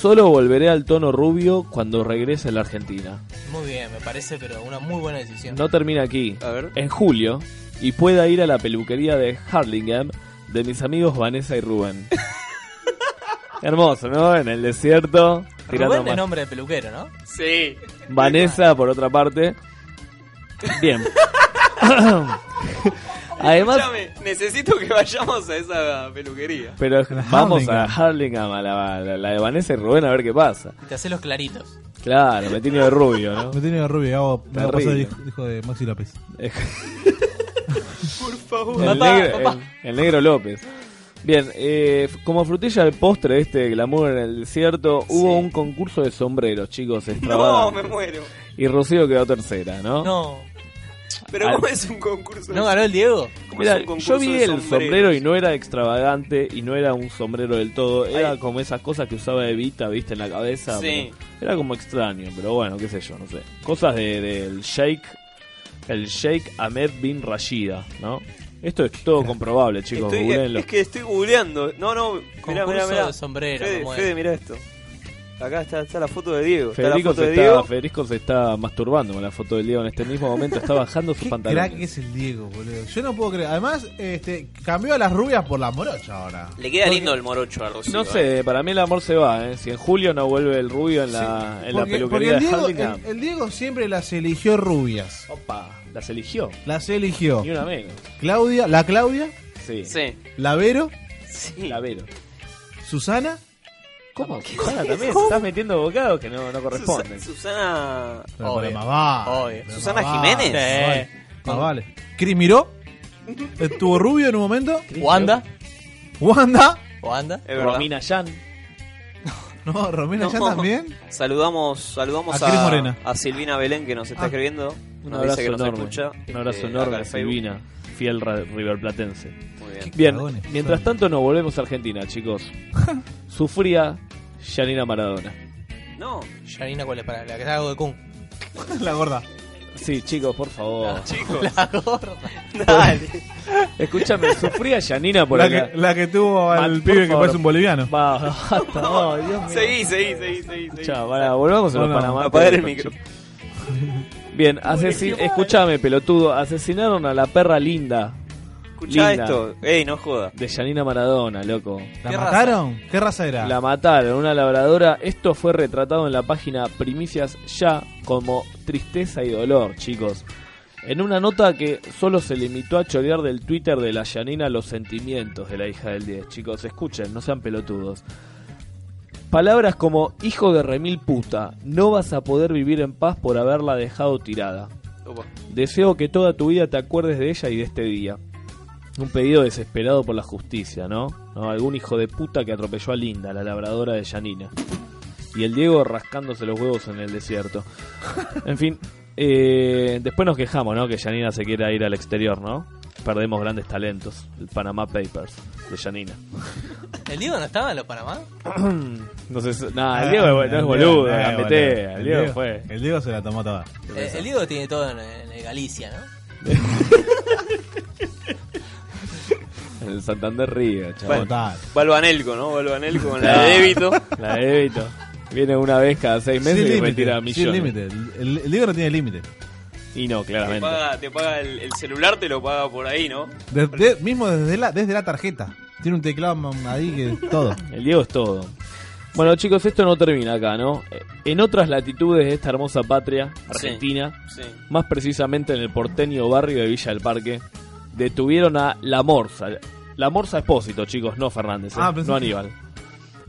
S15: Solo volveré al tono rubio cuando regrese a la Argentina.
S4: Muy bien, me parece, pero una muy buena decisión.
S15: No termina aquí. En julio, y pueda ir a la peluquería de Harlingham de mis amigos Vanessa y Rubén. Hermoso, ¿no? En el desierto. Tirando
S4: Rubén de
S15: más.
S4: nombre de peluquero, ¿no?
S2: Sí.
S15: Vanessa, por otra parte. Bien. Además,
S2: Escúchame, necesito que vayamos a esa peluquería.
S15: pero vamos a Harlingham, a la, la- la de Vanessa y Rubén, a ver qué pasa.
S4: Te hace los claritos.
S15: Claro, me tiene de rubio, ¿no?
S16: Me tiene de rubio, hago, me hago pasar el
S15: Terrible.
S16: hijo, hijo de Maxi López.
S4: Por favor.
S15: El, negro, el- el negro López. Bien, eh, f- como frutilla del postre de este glamour en el desierto, hubo un concurso de sombreros, chicos,
S2: No,
S15: extravagante.
S2: me muero.
S15: Y Rocío quedó tercera, ¿no?
S4: No.
S2: Pero
S15: Al-
S2: ¿cómo es un concurso?
S4: ¿No ganó el Diego?
S2: ¿Cómo es
S15: Mira,
S2: un concurso
S15: yo vi
S2: de
S15: el sombrero y no era extravagante y no era un sombrero del todo, era como esas cosas que usaba Evita, viste, en la cabeza.
S2: Sí.
S15: pero era como extraño, pero bueno, qué sé yo, no sé. Cosas de- del Sheikh, el Sheikh Ahmed bin Rashida, ¿no? Esto es todo comprobable, chicos,
S2: Estoy-
S15: googleenlo.
S2: es que estoy googleando. No, no, mirá, mirá,
S4: Concurso
S2: mirá.
S4: de sombrero,
S2: Fede,
S4: me muero.
S2: Fede, mirá esto. Acá está, está la foto de Diego.
S15: Federico
S2: está la foto de
S15: se, está,
S2: Diego.
S15: Federico se está masturbando con la foto del Diego en este mismo momento, está bajando sus
S16: Crack
S15: pantalones.
S16: es el Diego, boludo. Yo no puedo creer. Además, este, cambió a las rubias por las morochas ahora.
S2: Le queda lindo el morocho a Rocío.
S15: No
S2: eh.
S15: sé, para mí el amor se va, ¿eh? Si en julio no vuelve el rubio en la, en Ah, la
S16: Porque, porque
S15: peluquería
S16: el,
S15: de
S16: Diego,
S15: Harlingham.
S16: el- el Diego siempre las eligió rubias.
S15: Opa, las eligió.
S16: Las eligió.
S15: Ni una menos.
S16: Claudia, la Claudia,
S15: Sí.
S16: la Vero,
S15: La Vero.
S16: Susana.
S15: ¿Cómo? Susana también. te Estás metiendo bocados que no, no corresponden.
S2: Susana.
S16: Pero para más vale,
S2: Obvio.
S16: pero
S2: Susana
S16: más vale,
S2: Jiménez.
S16: más vale, Más vale. Cris Miró. Estuvo rubio en un momento.
S4: Wanda.
S16: Wanda.
S4: Wanda.
S2: Es verdad.
S15: Romina Yan.
S16: No, Romina ya
S2: No.
S16: también.
S2: Saludamos, saludamos
S16: A
S2: a,
S16: Cris Morena.
S2: a Silvina Belén que nos está
S16: Ah.
S2: escribiendo.
S15: Un
S2: Nos
S15: abrazo
S2: dice que nos
S15: enorme.
S2: escucha.
S15: Un abrazo
S2: Este,
S15: enorme
S2: acá
S15: a
S2: en Facebook.
S15: Silvina, fiel ra- riverplatense.
S2: Muy bien.
S15: Bien,
S16: Cagones,
S15: mientras
S16: son.
S15: tanto nos volvemos a Argentina, chicos. Sufría Yanina Maradona.
S2: No.
S4: Yanina, ¿cuál es? Para la que hago de Kun.
S16: La gorda.
S15: Sí, chicos, por favor.
S2: Chicos.
S4: La gorda.
S2: Dale.
S15: Escúchame, sufría Yanina por
S16: La
S15: acá.
S16: que, la que tuvo al
S15: Mal, por
S16: pibe que
S15: favor.
S16: parece un boliviano.
S15: Va, basta, no, Dios mío.
S2: Seguí, seguí, seguí, seguí. seguí.
S15: Chao, pará, volvamos a los
S16: No, no,
S15: Panamá.
S2: apagar el
S15: Papers,
S2: micro.
S15: chicos. Bien, asesin...
S2: Buenísimo.
S15: escúchame, pelotudo. Asesinaron a la perra linda.
S2: Escuchá
S15: Linda.
S2: esto. Ey, no joda.
S15: De Yanina Maradona, loco.
S16: ¿La mataron? ¿Qué raza era?
S15: La mataron, una labradora. Esto fue retratado en la página Primicias Ya como tristeza y dolor, chicos. En una nota que solo se limitó a chorear del Twitter de la Yanina los sentimientos de la hija del 10. Chicos, escuchen, no sean pelotudos. Palabras como hijo de remil puta, no vas a poder vivir en paz por haberla dejado tirada.
S2: Opa.
S15: Deseo que toda tu vida te acuerdes de ella y de este día. Un pedido desesperado por la justicia, ¿no? ¿No? Algún hijo de puta que atropelló a Linda, la labradora de Yanina. Y el Diego rascándose los huevos en el desierto. En fin, eh, después nos quejamos, ¿no? Que Yanina se quiera ir al exterior, ¿no? Perdemos grandes talentos. El Panama Papers de Yanina.
S4: ¿El Diego no estaba en los Panamá?
S15: No sé, si- nah,
S16: Ah,
S15: el Diego es- no es boludo, gambetea, El Diego fue.
S16: El Diego se la tomó toda.
S4: Eh, el Diego tiene todo en, en Galicia, ¿no?
S15: El Santander Río, chaval.
S16: Total.
S2: Balvanelco, ¿no? Balvanelco con la de débito.
S15: La de débito. Viene una vez cada seis
S16: Sin
S15: meses y
S16: límite,
S15: retira
S16: sin
S15: millones.
S16: límite. El, el- el Diego no tiene límite.
S15: y no,
S2: Te
S15: claramente.
S2: paga, te paga el, el celular, te lo paga por ahí, ¿no?
S16: Desde- mismo desde la, desde la tarjeta. Tiene un teclado mam- ahí que todo.
S15: El Diego es todo. Bueno, chicos, esto no termina acá, ¿no? Eh, En otras latitudes de esta hermosa patria, Argentina,
S2: Sí, sí.
S15: más precisamente en el porteño barrio de Villa del Parque, detuvieron a La Morsa. La Morsa Espósito, chicos, no Fernández, eh,
S16: Ah, pensé
S15: no
S16: que-
S15: Aníbal.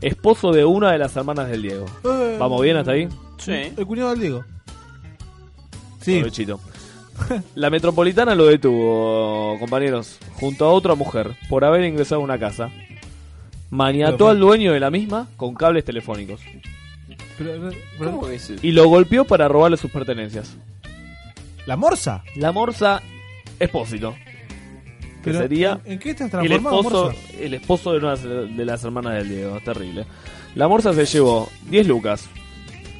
S15: Esposo de una de las hermanas del Diego.
S16: Eh.
S15: ¿Vamos bien hasta ahí?
S2: Sí.
S16: El cuñado del Diego. Sí.
S15: Provechito. La metropolitana lo detuvo, compañeros, junto a otra mujer, por haber ingresado a una casa. Maniató al dueño de la misma con cables telefónicos.
S16: Pero- pero-
S2: ¿Cómo es eso?
S15: Y lo golpeó para robarle sus pertenencias.
S16: la morsa.
S15: La morsa Espósito. Que
S16: Pero,
S15: sería
S16: ¿En, en qué estás
S15: el
S16: transformado,
S15: esposo,
S16: morsa?
S15: el esposo de una de las hermanas del Diego. Terrible. La morsa se llevó 10 lucas,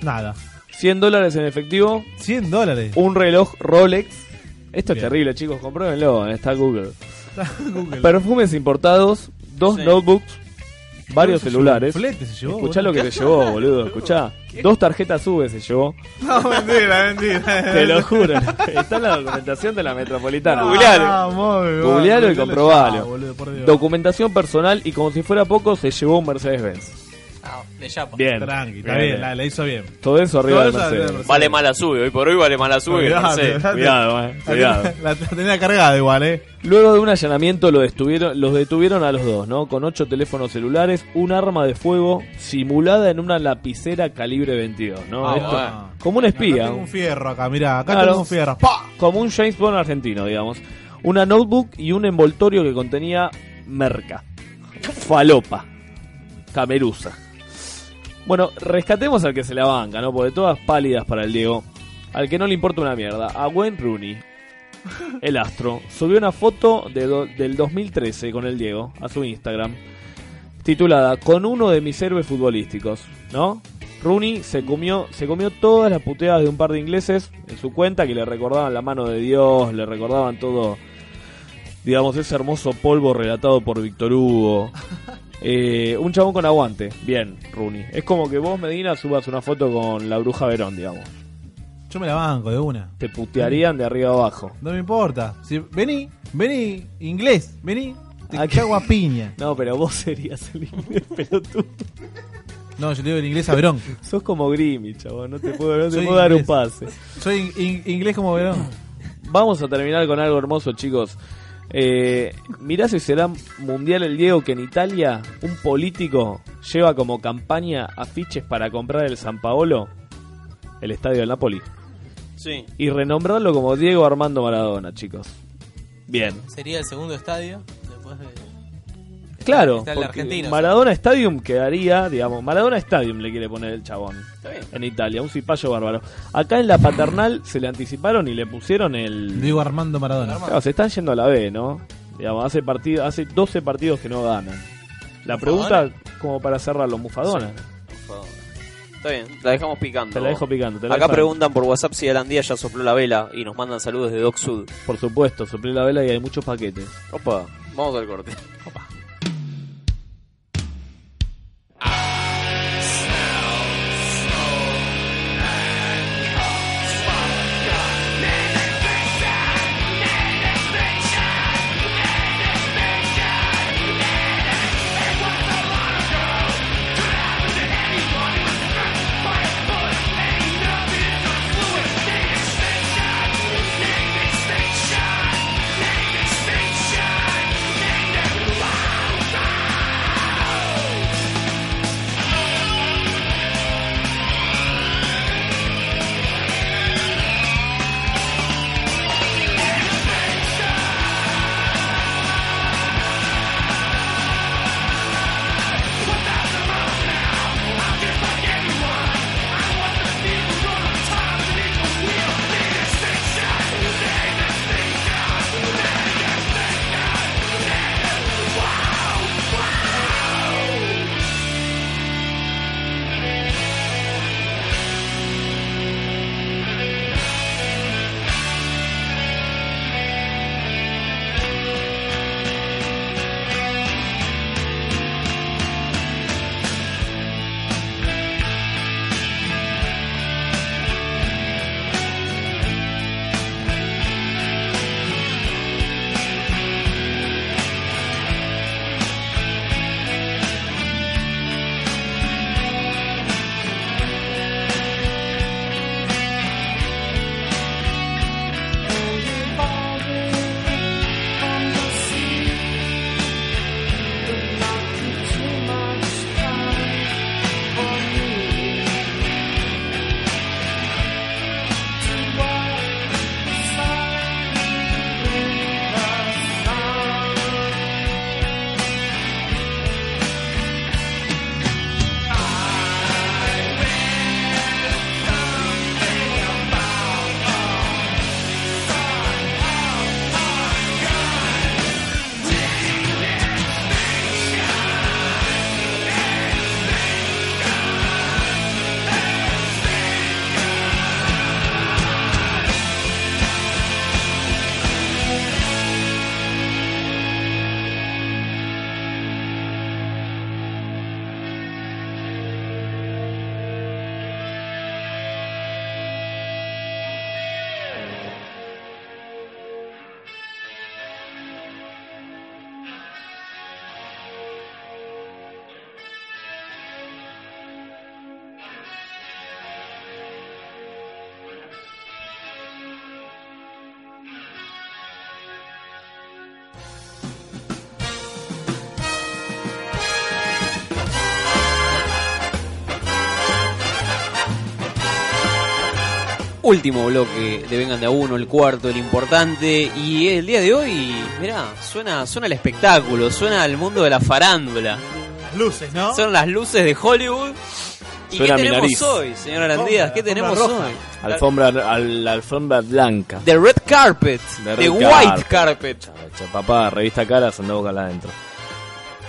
S16: Nada.
S15: 100 dólares en efectivo.
S16: 100 dólares.
S15: Un reloj Rolex. Esto
S16: Bien.
S15: es terrible, chicos. Compruébenlo. eh, Está Google.
S16: Google.
S15: Perfumes importados. Dos
S16: Sí.
S15: notebooks. Varios
S16: Se llevó
S15: celulares.
S16: un flete, se llevó,
S15: Escuchá
S16: boludo.
S15: lo que se llevó, boludo. Escuchá. Dos tarjetas sube se llevó.
S16: No, mentira, mentira.
S15: Te lo juro. Está en la documentación de la metropolitana.
S16: Ah,
S15: Googlealo.
S16: muy
S15: Googlealo
S16: bueno,
S15: y
S16: ya lo
S15: comprobalo.
S16: llevaba, boludo, por Dios.
S15: Documentación personal y como si fuera poco, se llevó un Mercedes-Benz.
S4: De Yapa.
S15: Bien.
S16: Tranqui, está bien, la, la hizo bien.
S15: Todo eso arriba
S16: Todo
S15: del
S16: eso arriba del
S15: Mercedes.
S16: Mercedes.
S2: Vale mala sube, hoy por hoy vale mala sube.
S15: Cuidado,
S2: no sé.
S15: cuidado. Cuidado, eh, cuidado.
S16: La, la tenía cargada igual, eh.
S15: Luego de un allanamiento lo estuvieron- los detuvieron a los dos, ¿no? Con ocho teléfonos celulares, un arma de fuego simulada en una lapicera calibre 22, ¿no?
S16: Ah,
S15: Esto-
S16: bueno.
S15: Como un espía.
S16: Tengo un fierro acá, mirá, acá
S15: Claro.
S16: tengo un fierro. ¡Pah!
S15: Como un James Bond argentino, digamos. Una notebook y un envoltorio que contenía merca, falopa, camerusa. Bueno, rescatemos al que se la banca, ¿no? Porque todas pálidas para el Diego. Al que no le importa una mierda. A Wayne Rooney, el astro, subió una foto de do- del 2013 con el Diego a su Instagram. Titulada Con uno de mis héroes futbolísticos, ¿no? Rooney se comió, se comió todas las puteadas de un par de ingleses en su cuenta que le recordaban la mano de Dios, le recordaban todo, digamos, ese hermoso polvo relatado por Víctor Hugo. Eh, un chabón con aguante, bien, Rooney. Es como que vos, Medina, subas una foto con la bruja Verón, digamos.
S16: Yo me la banco de una.
S15: Te putearían de arriba abajo.
S16: No me importa. Si, vení, vení, inglés, vení. Te cago a piña.
S15: No, pero vos serías el inglés pelotudo.
S16: No, yo le digo en inglés a Verón.
S15: Sos como Grimmy, chabón. No te puedo, no te
S16: Soy
S15: puedo dar un
S16: inglés.
S15: pase.
S16: Soy in- in- inglés como Verón.
S15: Vamos a terminar con algo hermoso, chicos. Eh, mirá si será mundial el Diego que en Italia un político lleva como campaña afiches para comprar el San Paolo, el estadio del Napoli,
S2: Sí.
S15: y renombrarlo como Diego Armando Maradona, chicos. Bien.
S4: Sería el segundo estadio después de.
S15: Claro,
S4: Está el
S15: porque
S4: argentino.
S15: Maradona Stadium quedaría, digamos, Maradona Stadium le quiere poner el chabón en Italia, un cipallo bárbaro. Acá en la paternal se le anticiparon y le pusieron el
S16: Diego Armando Maradona.
S15: Claro, se están yendo a la B, ¿no? Digamos, hace partido, hace 12 partidos que no ganan. La pregunta, como para cerrarlo, Mufadona.
S2: Está bien, la dejamos picando.
S15: Te la dejo picando, te la
S2: Acá
S15: dejo.
S2: preguntan por WhatsApp si Alandía ya sopló la vela y nos mandan saludos de Doc Sud.
S15: Por supuesto, soplé la vela y hay muchos paquetes.
S2: Opa, vamos al corte.
S5: Extinction! Extinction! Extinction!
S2: último bloque de Vengan de a uno, el cuarto, el importante. Y el día de hoy, mirá, suena, suena el espectáculo, suena el mundo de la farándula.
S16: Las luces, ¿no?
S2: Son las luces de Hollywood. ¿Y
S15: Suena
S2: qué
S15: mi
S2: tenemos
S15: nariz.
S2: hoy, señor Arandías? ¿Qué tenemos
S15: roja.
S2: hoy?
S15: Alfombra, al- la alfombra blanca.
S2: The Red Carpet. The
S15: The Red
S2: White
S15: Carpet.
S2: Carpet.
S15: Che, Papá, revista caras, anda buscarla adentro.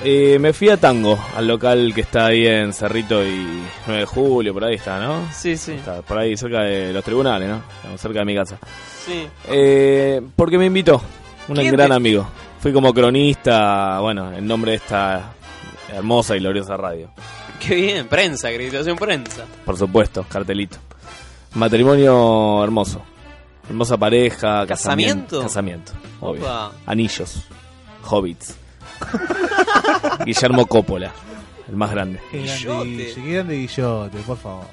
S15: Eh, me fui a Tango, al local que está ahí en Cerrito y 9 de julio, por ahí está, ¿no?
S2: Sí, sí.
S15: Está por ahí cerca de los tribunales, ¿no? Cerca de mi casa.
S2: Sí.
S15: Eh, porque me invitó un
S2: ¿Quién
S15: gran
S2: te-
S15: amigo. Fui como cronista, bueno, en nombre de esta hermosa y gloriosa radio.
S2: Qué bien, prensa, acreditación prensa.
S15: Por supuesto, cartelito. Matrimonio hermoso. Hermosa pareja,
S2: ¿Casamiento?
S15: casamiento. Casamiento, obvio.
S2: Opa.
S15: Anillos. Hobbits. Guillermo Coppola, el más grande.
S16: Qué grande Guille, qué grande Guillote, por favor.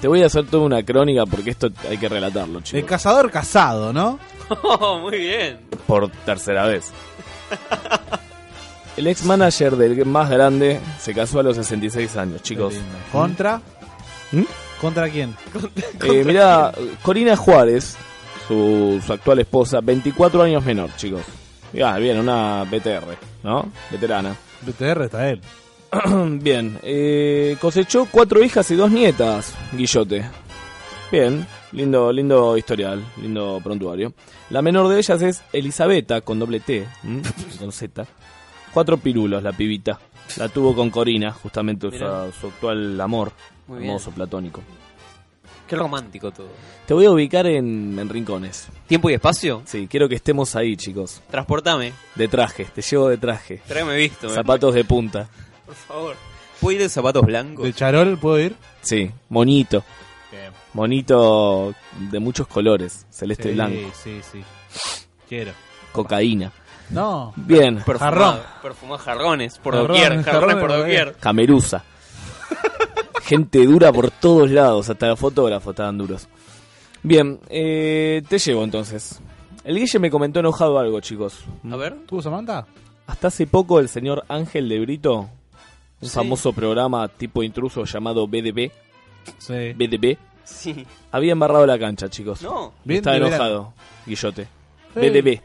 S15: Te voy a hacer toda una crónica porque esto hay que relatarlo,
S16: El
S15: chicos.
S16: cazador casado, ¿no?
S2: Oh, muy bien.
S15: por tercera vez. El ex manager del más grande se casó a los 66 años, chicos.
S16: ¿Contra?
S15: ¿Mm?
S16: ¿Contra quién?
S15: Eh, mirá, Corina Juárez, su, su actual esposa, 24 años menor, chicos. Ya, bien, una BTR, ¿no? Veterana.
S16: BTR está él.
S15: bien, eh, cosechó cuatro hijas y dos nietas, Guillote. Bien, lindo, lindo historial, lindo prontuario. La menor de ellas es Elisabetta, con doble T, ¿m? con Z. Cuatro pirulos, la pibita. La tuvo con Corina, justamente su,
S2: Mirá.
S15: su actual amor,
S2: Muy bien.
S15: hermoso platónico.
S2: Qué romántico todo.
S15: Te voy a ubicar en, en rincones.
S2: ¿Tiempo y espacio?
S15: Sí, quiero que estemos ahí, chicos.
S2: Transportame,
S15: De traje, te llevo de traje.
S2: tráeme visto. eh.
S15: Zapatos de punta.
S2: Por favor. ¿Puedo ir de zapatos blancos?
S16: ¿De charol puedo ir?
S15: Sí, monito.
S16: Bien.
S15: Monito de muchos colores. Celeste
S16: Sí,
S15: y este blanco.
S16: Sí, sí. Quiero.
S15: Cocaína.
S16: No.
S15: Bien.
S2: Perfumado, perfumado jarrones por doquier,
S16: Jarrones,
S2: jarrones por
S16: jarrones,
S2: doquier.
S15: Camerusa. Gente dura por todos lados, hasta los fotógrafos estaban duros. Bien, eh, te llevo entonces. El Guille me comentó enojado algo, chicos.
S2: A ver.
S16: ¿Tuvo Samantha?
S15: Hasta hace poco el señor Ángel de Brito,
S2: Sí.
S15: un famoso programa tipo intruso llamado BDP,
S16: Sí.
S15: BDP,
S2: Sí.
S15: había embarrado la cancha, chicos.
S2: No.
S15: Está Estaba
S16: Bien, de
S15: enojado, Guillote.
S16: Sí.
S15: BDP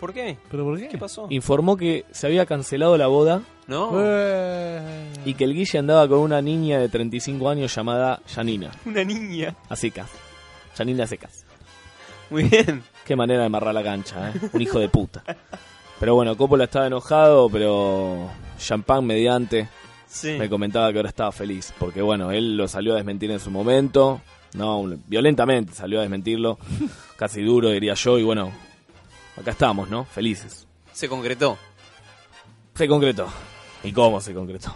S2: ¿Por qué?
S16: ¿Pero por qué?
S2: ¿Qué pasó?
S15: informó que se había cancelado la boda
S2: No.
S16: Eh,
S15: y que el Guille andaba con una niña de 35 años llamada Janina.
S2: Una niña.
S15: A secas. Janina a secas.
S2: Muy bien.
S15: Qué manera de amarrar la cancha, ¿eh? Un hijo de puta. Pero bueno, Coppola estaba enojado, pero Champagne mediante
S2: Sí.
S15: me comentaba que ahora estaba feliz. Porque bueno, él lo salió a desmentir en su momento. No, violentamente salió a desmentirlo. Casi duro, diría yo. Y bueno, acá estamos, ¿no? Felices.
S2: Se concretó.
S15: Se concretó. ¿Y cómo se concretó?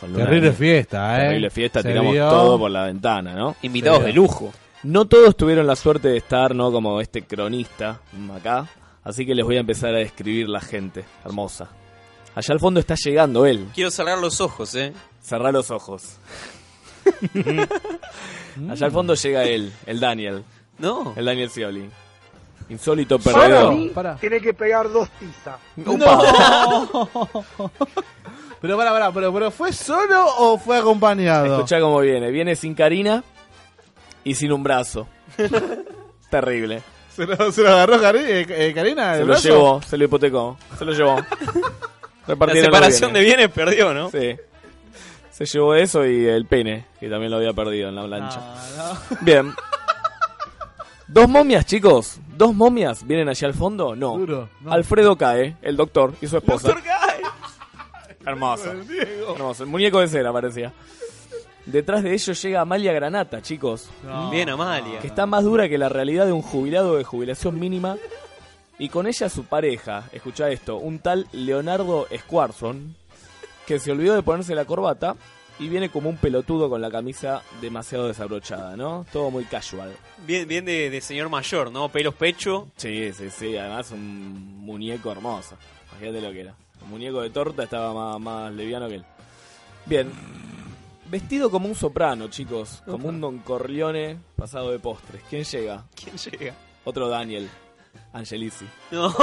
S15: Con luna
S16: Terrible
S15: de miel.
S16: fiesta, eh.
S15: Terrible fiesta,
S16: Se
S15: tiramos
S16: vio.
S15: todo por la ventana, ¿no?
S2: Invitados de lujo.
S15: No todos tuvieron la suerte de estar, ¿no? Como este cronista mm, acá. Así que les voy a empezar a describir la gente hermosa. Allá al fondo está llegando él.
S2: Quiero cerrar los ojos, eh.
S15: Cerrá los ojos. Allá al fondo llega él, el Daniel.
S2: No.
S15: El Daniel Scioli. Insólito perdedor.
S16: Pará.
S13: Tiene que pegar dos tizas.
S16: Pero pará, pará, pero, pero ¿fue solo o fue acompañado?
S15: Escuchá cómo viene. Viene sin carina y sin un brazo. Terrible.
S16: ¿Se lo, se lo agarró Cari- eh, eh, Karina?
S15: Se
S16: el
S15: lo
S16: brazo?
S15: llevó, se lo hipotecó, se lo llevó.
S2: La
S15: Repartieron los
S2: separación de bienes perdió, ¿no?
S15: Sí. Se llevó eso y el pene, que también lo había perdido en la plancha.
S16: Ah, no.
S15: Bien. Dos momias, chicos. Dos momias vienen allá al fondo. No.
S16: Duro, no.
S15: Alfredo cae, el doctor y su esposa.
S2: Ay,
S15: Hermoso. Hermoso. El muñeco de cera parecía. Detrás de ellos llega Amalia Granata, chicos.
S2: Bien, Amalia.
S15: Que está más dura que la realidad de un jubilado de jubilación mínima. Y con ella su pareja, escucha esto, un tal Leonardo Squarson, que se olvidó de ponerse la corbata y viene como un pelotudo con la camisa demasiado desabrochada, ¿no? Todo muy casual.
S2: Bien, bien Eh, de, de señor mayor, ¿no? Pelos pecho.
S15: Sí, sí, sí, además un muñeco hermoso. Imagínate lo que era. Un muñeco de torta estaba más, más leviano que él. Bien. Vestido como un soprano, chicos. Como un Don Corleone pasado de postres. ¿Quién llega?
S2: ¿Quién llega?
S15: Otro Daniel. Angelici.
S2: No.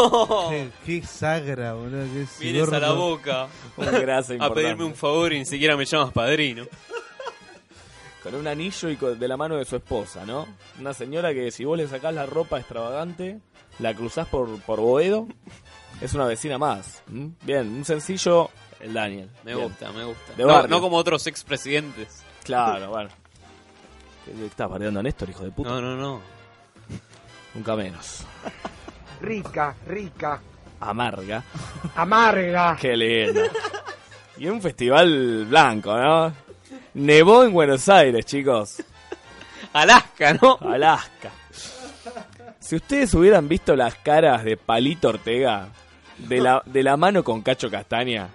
S16: Qué, qué sagra, boludo. Qué
S2: Vienes
S16: sidorno.
S2: a la boca
S15: Un
S2: a Ah,
S15: grasa importante.
S2: pedirme un favor y ni siquiera me llamas padrino.
S15: con un anillo y con- de la mano de su esposa, ¿no? Una señora que si vos le sacás la ropa extravagante, la cruzás por, por Boedo, es una vecina más. ¿m? Bien, un sencillo, el Daniel.
S2: Me
S15: Bien.
S2: gusta, me gusta.
S15: De
S2: No,
S15: barrio.
S2: no como otros expresidentes.
S15: Claro, bueno. Estás bardeando a Néstor, hijo de puta.
S2: No, no, no.
S15: Nunca menos.
S6: Rica, rica,
S15: Amarga.
S6: amarga.
S15: Qué lindo. Y en un festival blanco, ¿no? Nevó en Buenos Aires, chicos.
S2: Alaska, ¿no?
S15: Alaska. Si ustedes hubieran visto las caras de Palito Ortega, de la, de la mano con Cacho Castaña,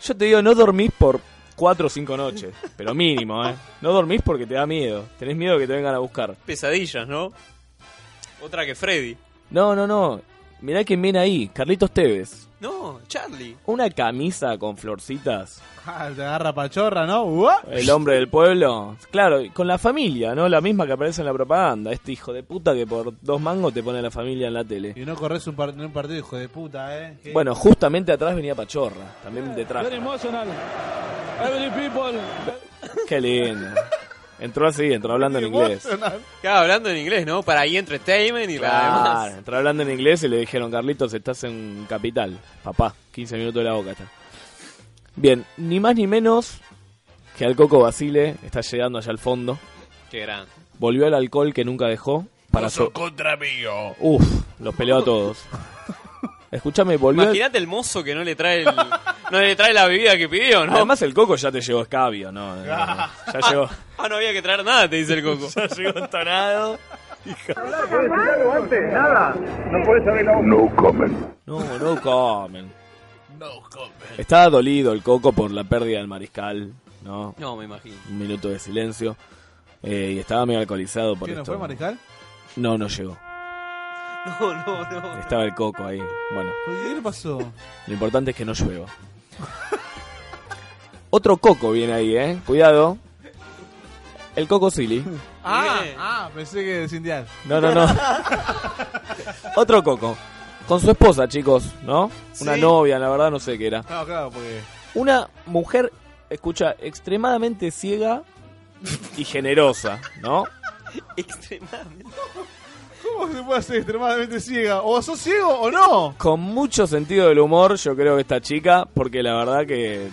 S15: yo te digo, no dormís por cuatro o cinco noches, pero mínimo, ¿eh? No dormís porque te da miedo, tenés miedo que te vengan a buscar.
S2: Pesadillas, ¿no? Otra que Freddy.
S15: No, no, no, mirá quién viene ahí, Carlitos Tevez.
S2: No, Charlie.
S15: Una camisa con florcitas,
S16: Ah, te agarra pachorra, ¿no? Uah.
S15: el hombre del pueblo. Claro, y con la familia, ¿no? La misma que aparece en la propaganda, este hijo de puta que por dos mangos te pone a la familia en la tele.
S16: Y no corres un, par- un partido, hijo de puta, ¿eh? ¿Qué?
S15: Bueno, justamente atrás venía Pachorra, también detrás.
S16: Very emotional. Every people.
S15: Qué lindo. Entró así, entró hablando en inglés.
S2: Claro, hablando en inglés, ¿no? Para ahí entertainment y para
S15: Claro, entró hablando en inglés y le dijeron, Carlitos, estás en capital. Papá, 15 minutos de la boca está. Bien, ni más ni menos que al Coco Basile, está llegando allá al fondo.
S2: Qué gran.
S15: Volvió al alcohol que nunca dejó. Para so-
S2: contra mío.
S15: Uf, los peleó a todos. Escúchame, volvió... al-
S2: Imagínate el mozo que no le trae el- no le trae la bebida que pidió, ¿no?
S15: Además el Coco ya te llegó escabio, ¿no? no, no, no. Ya llegó...
S2: Ah, no había que traer nada, te dice el coco.
S15: ya llegó entonado.
S6: Nada, no puedes abrir la boca.
S15: No comen. No, no comen. Estaba dolido el Coco por la pérdida del mariscal, ¿no?
S2: No, me imagino.
S15: Un minuto de silencio. Eh, y estaba medio alcoholizado por
S16: ¿Qué, no
S15: esto.
S16: fue Mariscal?
S15: No, no llegó.
S2: No, no, no.
S15: Estaba el Coco ahí. Bueno,
S16: ¿Qué le pasó?
S15: lo importante es que no llueva. Otro Coco viene ahí, ¿eh? Cuidado. El Coco Silly.
S16: Ah, ah, pensé que es indial.
S15: No, no, no. Otro Coco. Con su esposa, chicos, ¿no? Una
S16: Sí.
S15: novia, la verdad no sé qué era.
S16: No, claro, porque.
S15: Una mujer, escucha, extremadamente ciega y generosa, ¿no?
S2: Extremadamente.
S16: ¿Cómo se puede hacer extremadamente ciega? ¿O sos ciego o no?
S15: Con mucho sentido del humor, yo creo que esta chica, porque la verdad que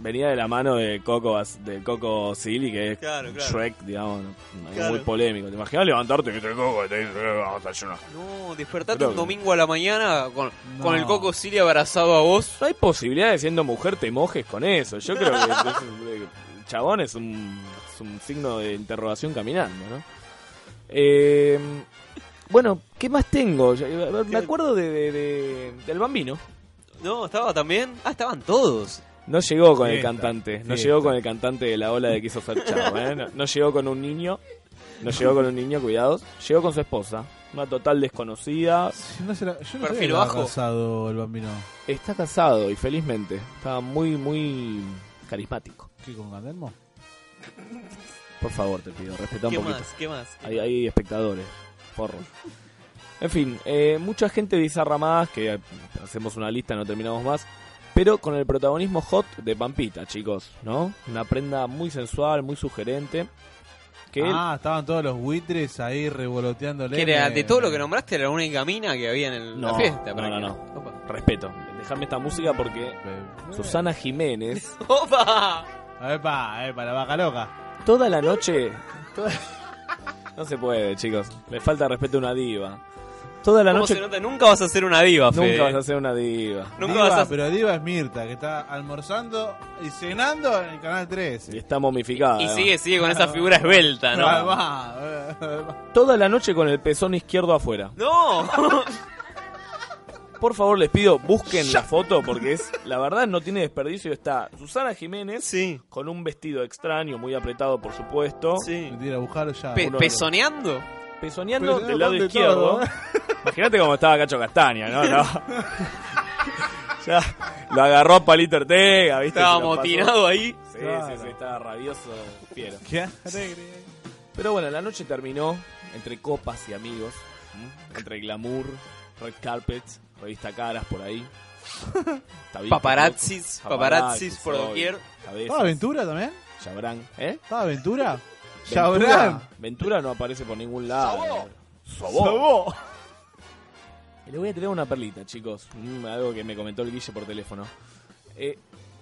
S15: venía de la mano de Coco, Bas- de Coco Silly, que es
S2: Claro, claro.
S15: Shrek, digamos, algo muy
S2: Claro.
S15: polémico. ¿Te imaginas levantarte que te Coco y te dice, "Eh, vamos a desayunar"?
S2: No, despertate
S15: Creo
S2: un
S15: que-
S2: domingo a la mañana con,
S15: No.
S2: con el coco Silly abrazado a vos.
S15: No hay posibilidad de siendo mujer te mojes con eso. Yo creo que es- el chabón es un, es un signo de interrogación caminando, ¿no? Eh, bueno, ¿qué más tengo? Yo- Me acuerdo de, de- de- del bambino.
S2: No, estaba también. Ah, estaban todos.
S15: No llegó con el
S2: Fiesta,
S15: cantante, no
S2: fiesta.
S15: llegó con el cantante de la ola de quiso ser chavo, ¿eh? no, no llegó con un niño, no llegó con un niño, cuidados, llegó con su esposa, una total desconocida,
S16: No se la- yo no
S15: Perfil
S16: sabía que estaba
S15: bajo.
S16: casado el bambino.
S15: está casado y felizmente, estaba muy, muy carismático.
S16: ¿Qué, con Gandelmo?
S15: Por favor, te pido, respeta un
S2: ¿Qué
S15: poquito.
S2: más? ¿Qué más?
S15: Hay, hay espectadores, porro. En fin, eh, mucha gente bizarra más, que eh, hacemos una lista, no terminamos más. Pero con el protagonismo hot de Pampita, chicos, ¿no? Una prenda muy sensual, muy sugerente. Que
S16: Ah, estaban todos los buitres ahí revoloteándole.
S2: Que era, de todo lo que nombraste era la única mina que había en el-
S15: No,
S2: la fiesta.
S15: no, no,
S2: prácticamente.
S15: no. Respeto. Dejame esta música porque Susana Jiménez
S2: ¡Opa!
S16: Epa, epa, la vaca loca.
S15: toda la noche... toda- No se puede, chicos. Le falta respeto a una diva. Toda la
S2: ¿Cómo
S15: noche...
S2: se nota? Nunca vas a ser una diva,
S15: Nunca
S2: Fede.
S15: vas a ser una diva.
S2: Nunca
S16: Diva,
S2: vas a-
S16: Pero Diva es Mirta, que está almorzando y cenando en el canal 13.
S15: Y está momificada.
S2: Y
S15: además.
S2: sigue, sigue con esa figura esbelta,
S16: Ahí
S2: ¿no?
S16: va, ahí va.
S15: Toda la noche con el pezón izquierdo afuera.
S2: ¡No!
S15: Por favor, les pido, busquen la foto porque es la verdad no tiene desperdicio. Está Susana Jiménez con un vestido extraño, muy apretado, por supuesto.
S2: Sí.
S16: Tiene que buscarlo ya.
S2: Pe- ¿Pezoneando?
S15: Pezoneando
S16: Pero,
S15: del lado
S16: ¿dónde
S15: izquierdo.
S16: todo?
S15: Imagínate cómo estaba Cacho Castaña, ¿no? No. ya lo agarró a Palito Ortega, ¿viste?
S2: Estaba
S15: Se lo pasó.
S2: amotinado ahí.
S15: Sí,
S2: Claro.
S15: sí, sí, estaba rabioso, fiero.
S16: Qué
S15: Pero bueno, la noche terminó entre copas y amigos, ¿m? entre glamour, red carpet, revista caras por ahí. Tabiques,
S2: Paparazzis,
S15: locos,
S2: paparazzis por
S15: obvio,
S2: doquier.
S15: cabezas.
S16: ¿Ah, Aventura también?
S15: Chabrán, ¿eh?
S3: ¿Estaba Ventura?
S15: Ventura,
S3: Chabrán.
S15: Ventura no aparece por ningún lado.
S3: Sobó.
S15: Sobó. Y Le voy a tirar una perlita, chicos. Mm, algo que me comentó el Guille por teléfono. Eh,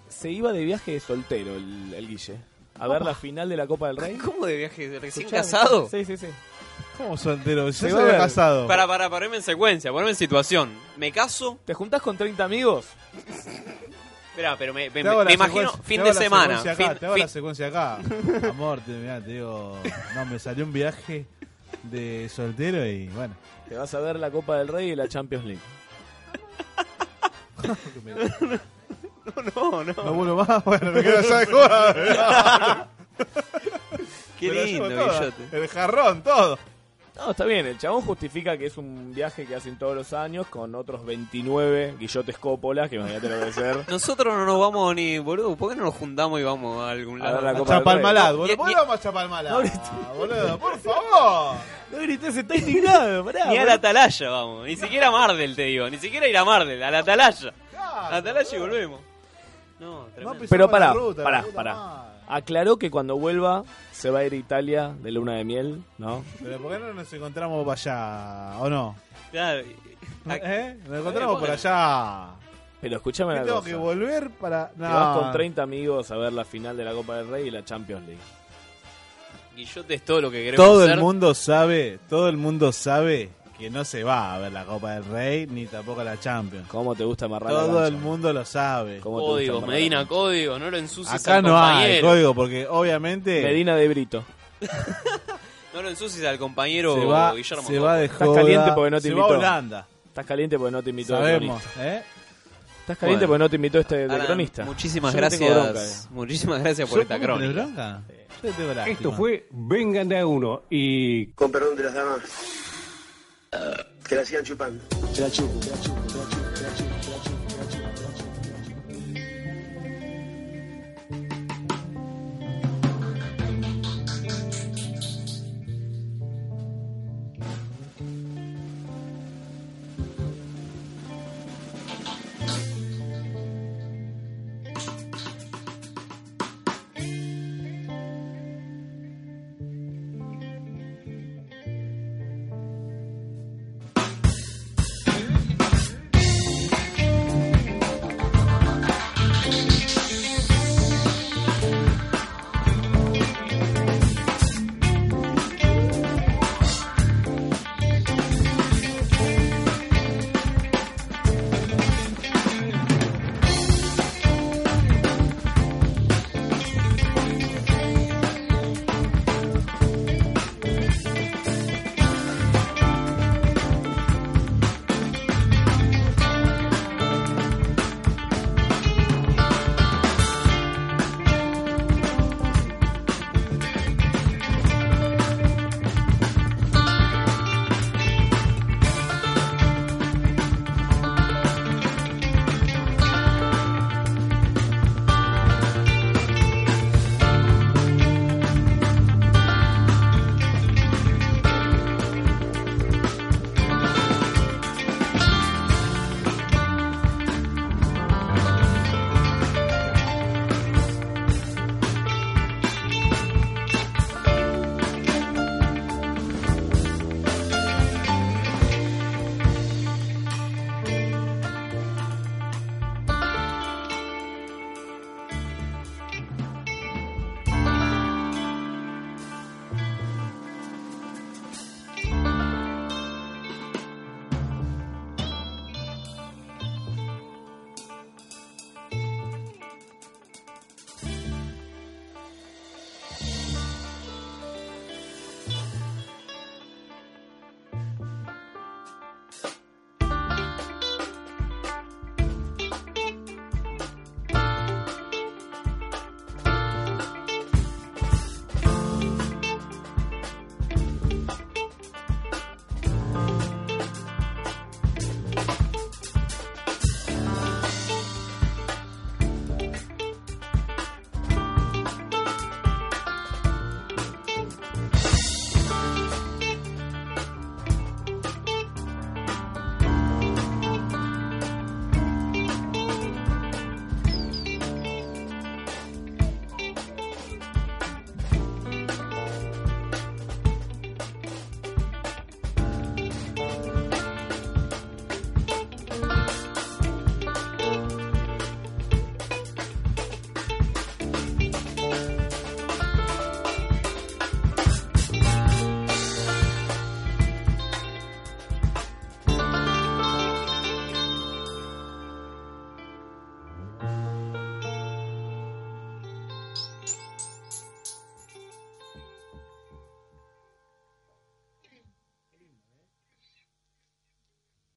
S15: se iba de viaje de soltero el, el Guille. A ver
S2: Opa.
S15: la final de la Copa del Rey.
S2: ¿Cómo de viaje? ¿Recién
S15: Escuchá,
S2: casado?
S15: Sí, sí, sí.
S3: ¿Cómo soltero? Ya
S15: Se
S3: se,
S15: va a
S3: había
S15: ver.
S3: casado.
S2: Para, para, ponerme en secuencia, ponerme en situación. Me caso.
S15: ¿Te juntás con 30 amigos?
S2: Espera, pero me, me-
S3: Te hago
S2: me
S3: la
S2: imagino
S3: secuencia-
S2: fin
S3: te hago
S2: de
S3: la
S2: semana.
S3: secuencia acá,
S2: fin-
S3: te hago
S2: fin-
S3: la secuencia acá. Amor, te, mirá, te digo. No, me salió un viaje de soltero y bueno.
S15: Te vas a ver la Copa del Rey y la Champions League.
S2: No, no.
S3: No vuelvo más, bueno, me quedo allá de joda.
S2: Qué
S3: Me la
S2: lindo,
S3: llevo toda.
S2: Guillote.
S3: El jarrón, todo.
S15: No, está bien, el chabón justifica que es un viaje que hacen todos los años con otros 29 guillotes cópolas, que imagínate lo que debe ser.
S2: Nosotros no nos vamos ni, boludo. ¿Por qué no nos juntamos y vamos a algún
S15: A
S2: lado?
S15: ver la Copa del
S3: Chapalmalad,
S15: Rey.
S3: boludo. ¿Por qué
S2: ni-
S3: vamos a Chapalmalad? Ah, boludo, por favor.
S15: No grites, está indignado,
S3: Ah,
S15: pará.
S2: Ni a la atalaya vamos. Ni siquiera a Mardel, te digo. Ni siquiera ir a Mardel, a la atalaya.
S3: Ah,
S2: A la atalaya y volvemos. No, tremendo.
S15: Pero pará, pará, pará. Aclaró que cuando vuelva se va a ir a Italia de luna de miel, ¿no?
S3: Pero ¿por qué no nos encontramos para allá? ¿O no?
S2: Claro.
S15: Ah.
S3: ¿Eh? Nos encontramos por allá.
S15: Pero escúchame
S3: ¿Qué
S15: una
S3: tengo
S15: cosa.
S3: que volver para.?
S15: Te vas con
S3: No.
S15: 30 amigos a ver la final de la Copa del Rey y la Champions League.
S2: Guillote es todo lo que queremos
S3: Todo
S2: ser.
S3: el mundo sabe, todo el mundo sabe que no se va a ver la Copa del Rey ni tampoco la Champions.
S15: ¿Cómo te gusta amarrar la
S3: Todo
S15: gancha?
S3: el mundo lo sabe.
S2: Código, Medina, código. No lo ensucies
S3: Acá
S2: al
S3: no hay
S2: compañero.
S3: código porque obviamente
S15: Medina de Brito.
S2: No lo ensucies al compañero
S3: se va,
S2: Guillermo.
S3: se va de
S15: Estás
S3: joda,
S15: caliente porque no te
S3: se
S15: invitó.
S3: va a Holanda.
S15: Estás caliente porque no te invitó. el
S3: Sabemos,
S15: cronista.
S3: ¿eh?
S15: Estás caliente
S2: Bueno.
S15: porque no te invitó este de
S2: Alan,
S15: cronista.
S2: Muchísimas
S15: Yo no tengo
S2: gracias.
S15: bronca, eh.
S2: muchísimas gracias por
S3: ¿Yo
S2: esta
S3: cómo
S2: crónica.
S3: tenés bronca? Yo tengo lástima.
S14: Esto fue Vengan de a uno y.
S17: Con perdón de las damas. Que la sigan chupando.
S14: Te la chupo, te la chupo, te la chupo.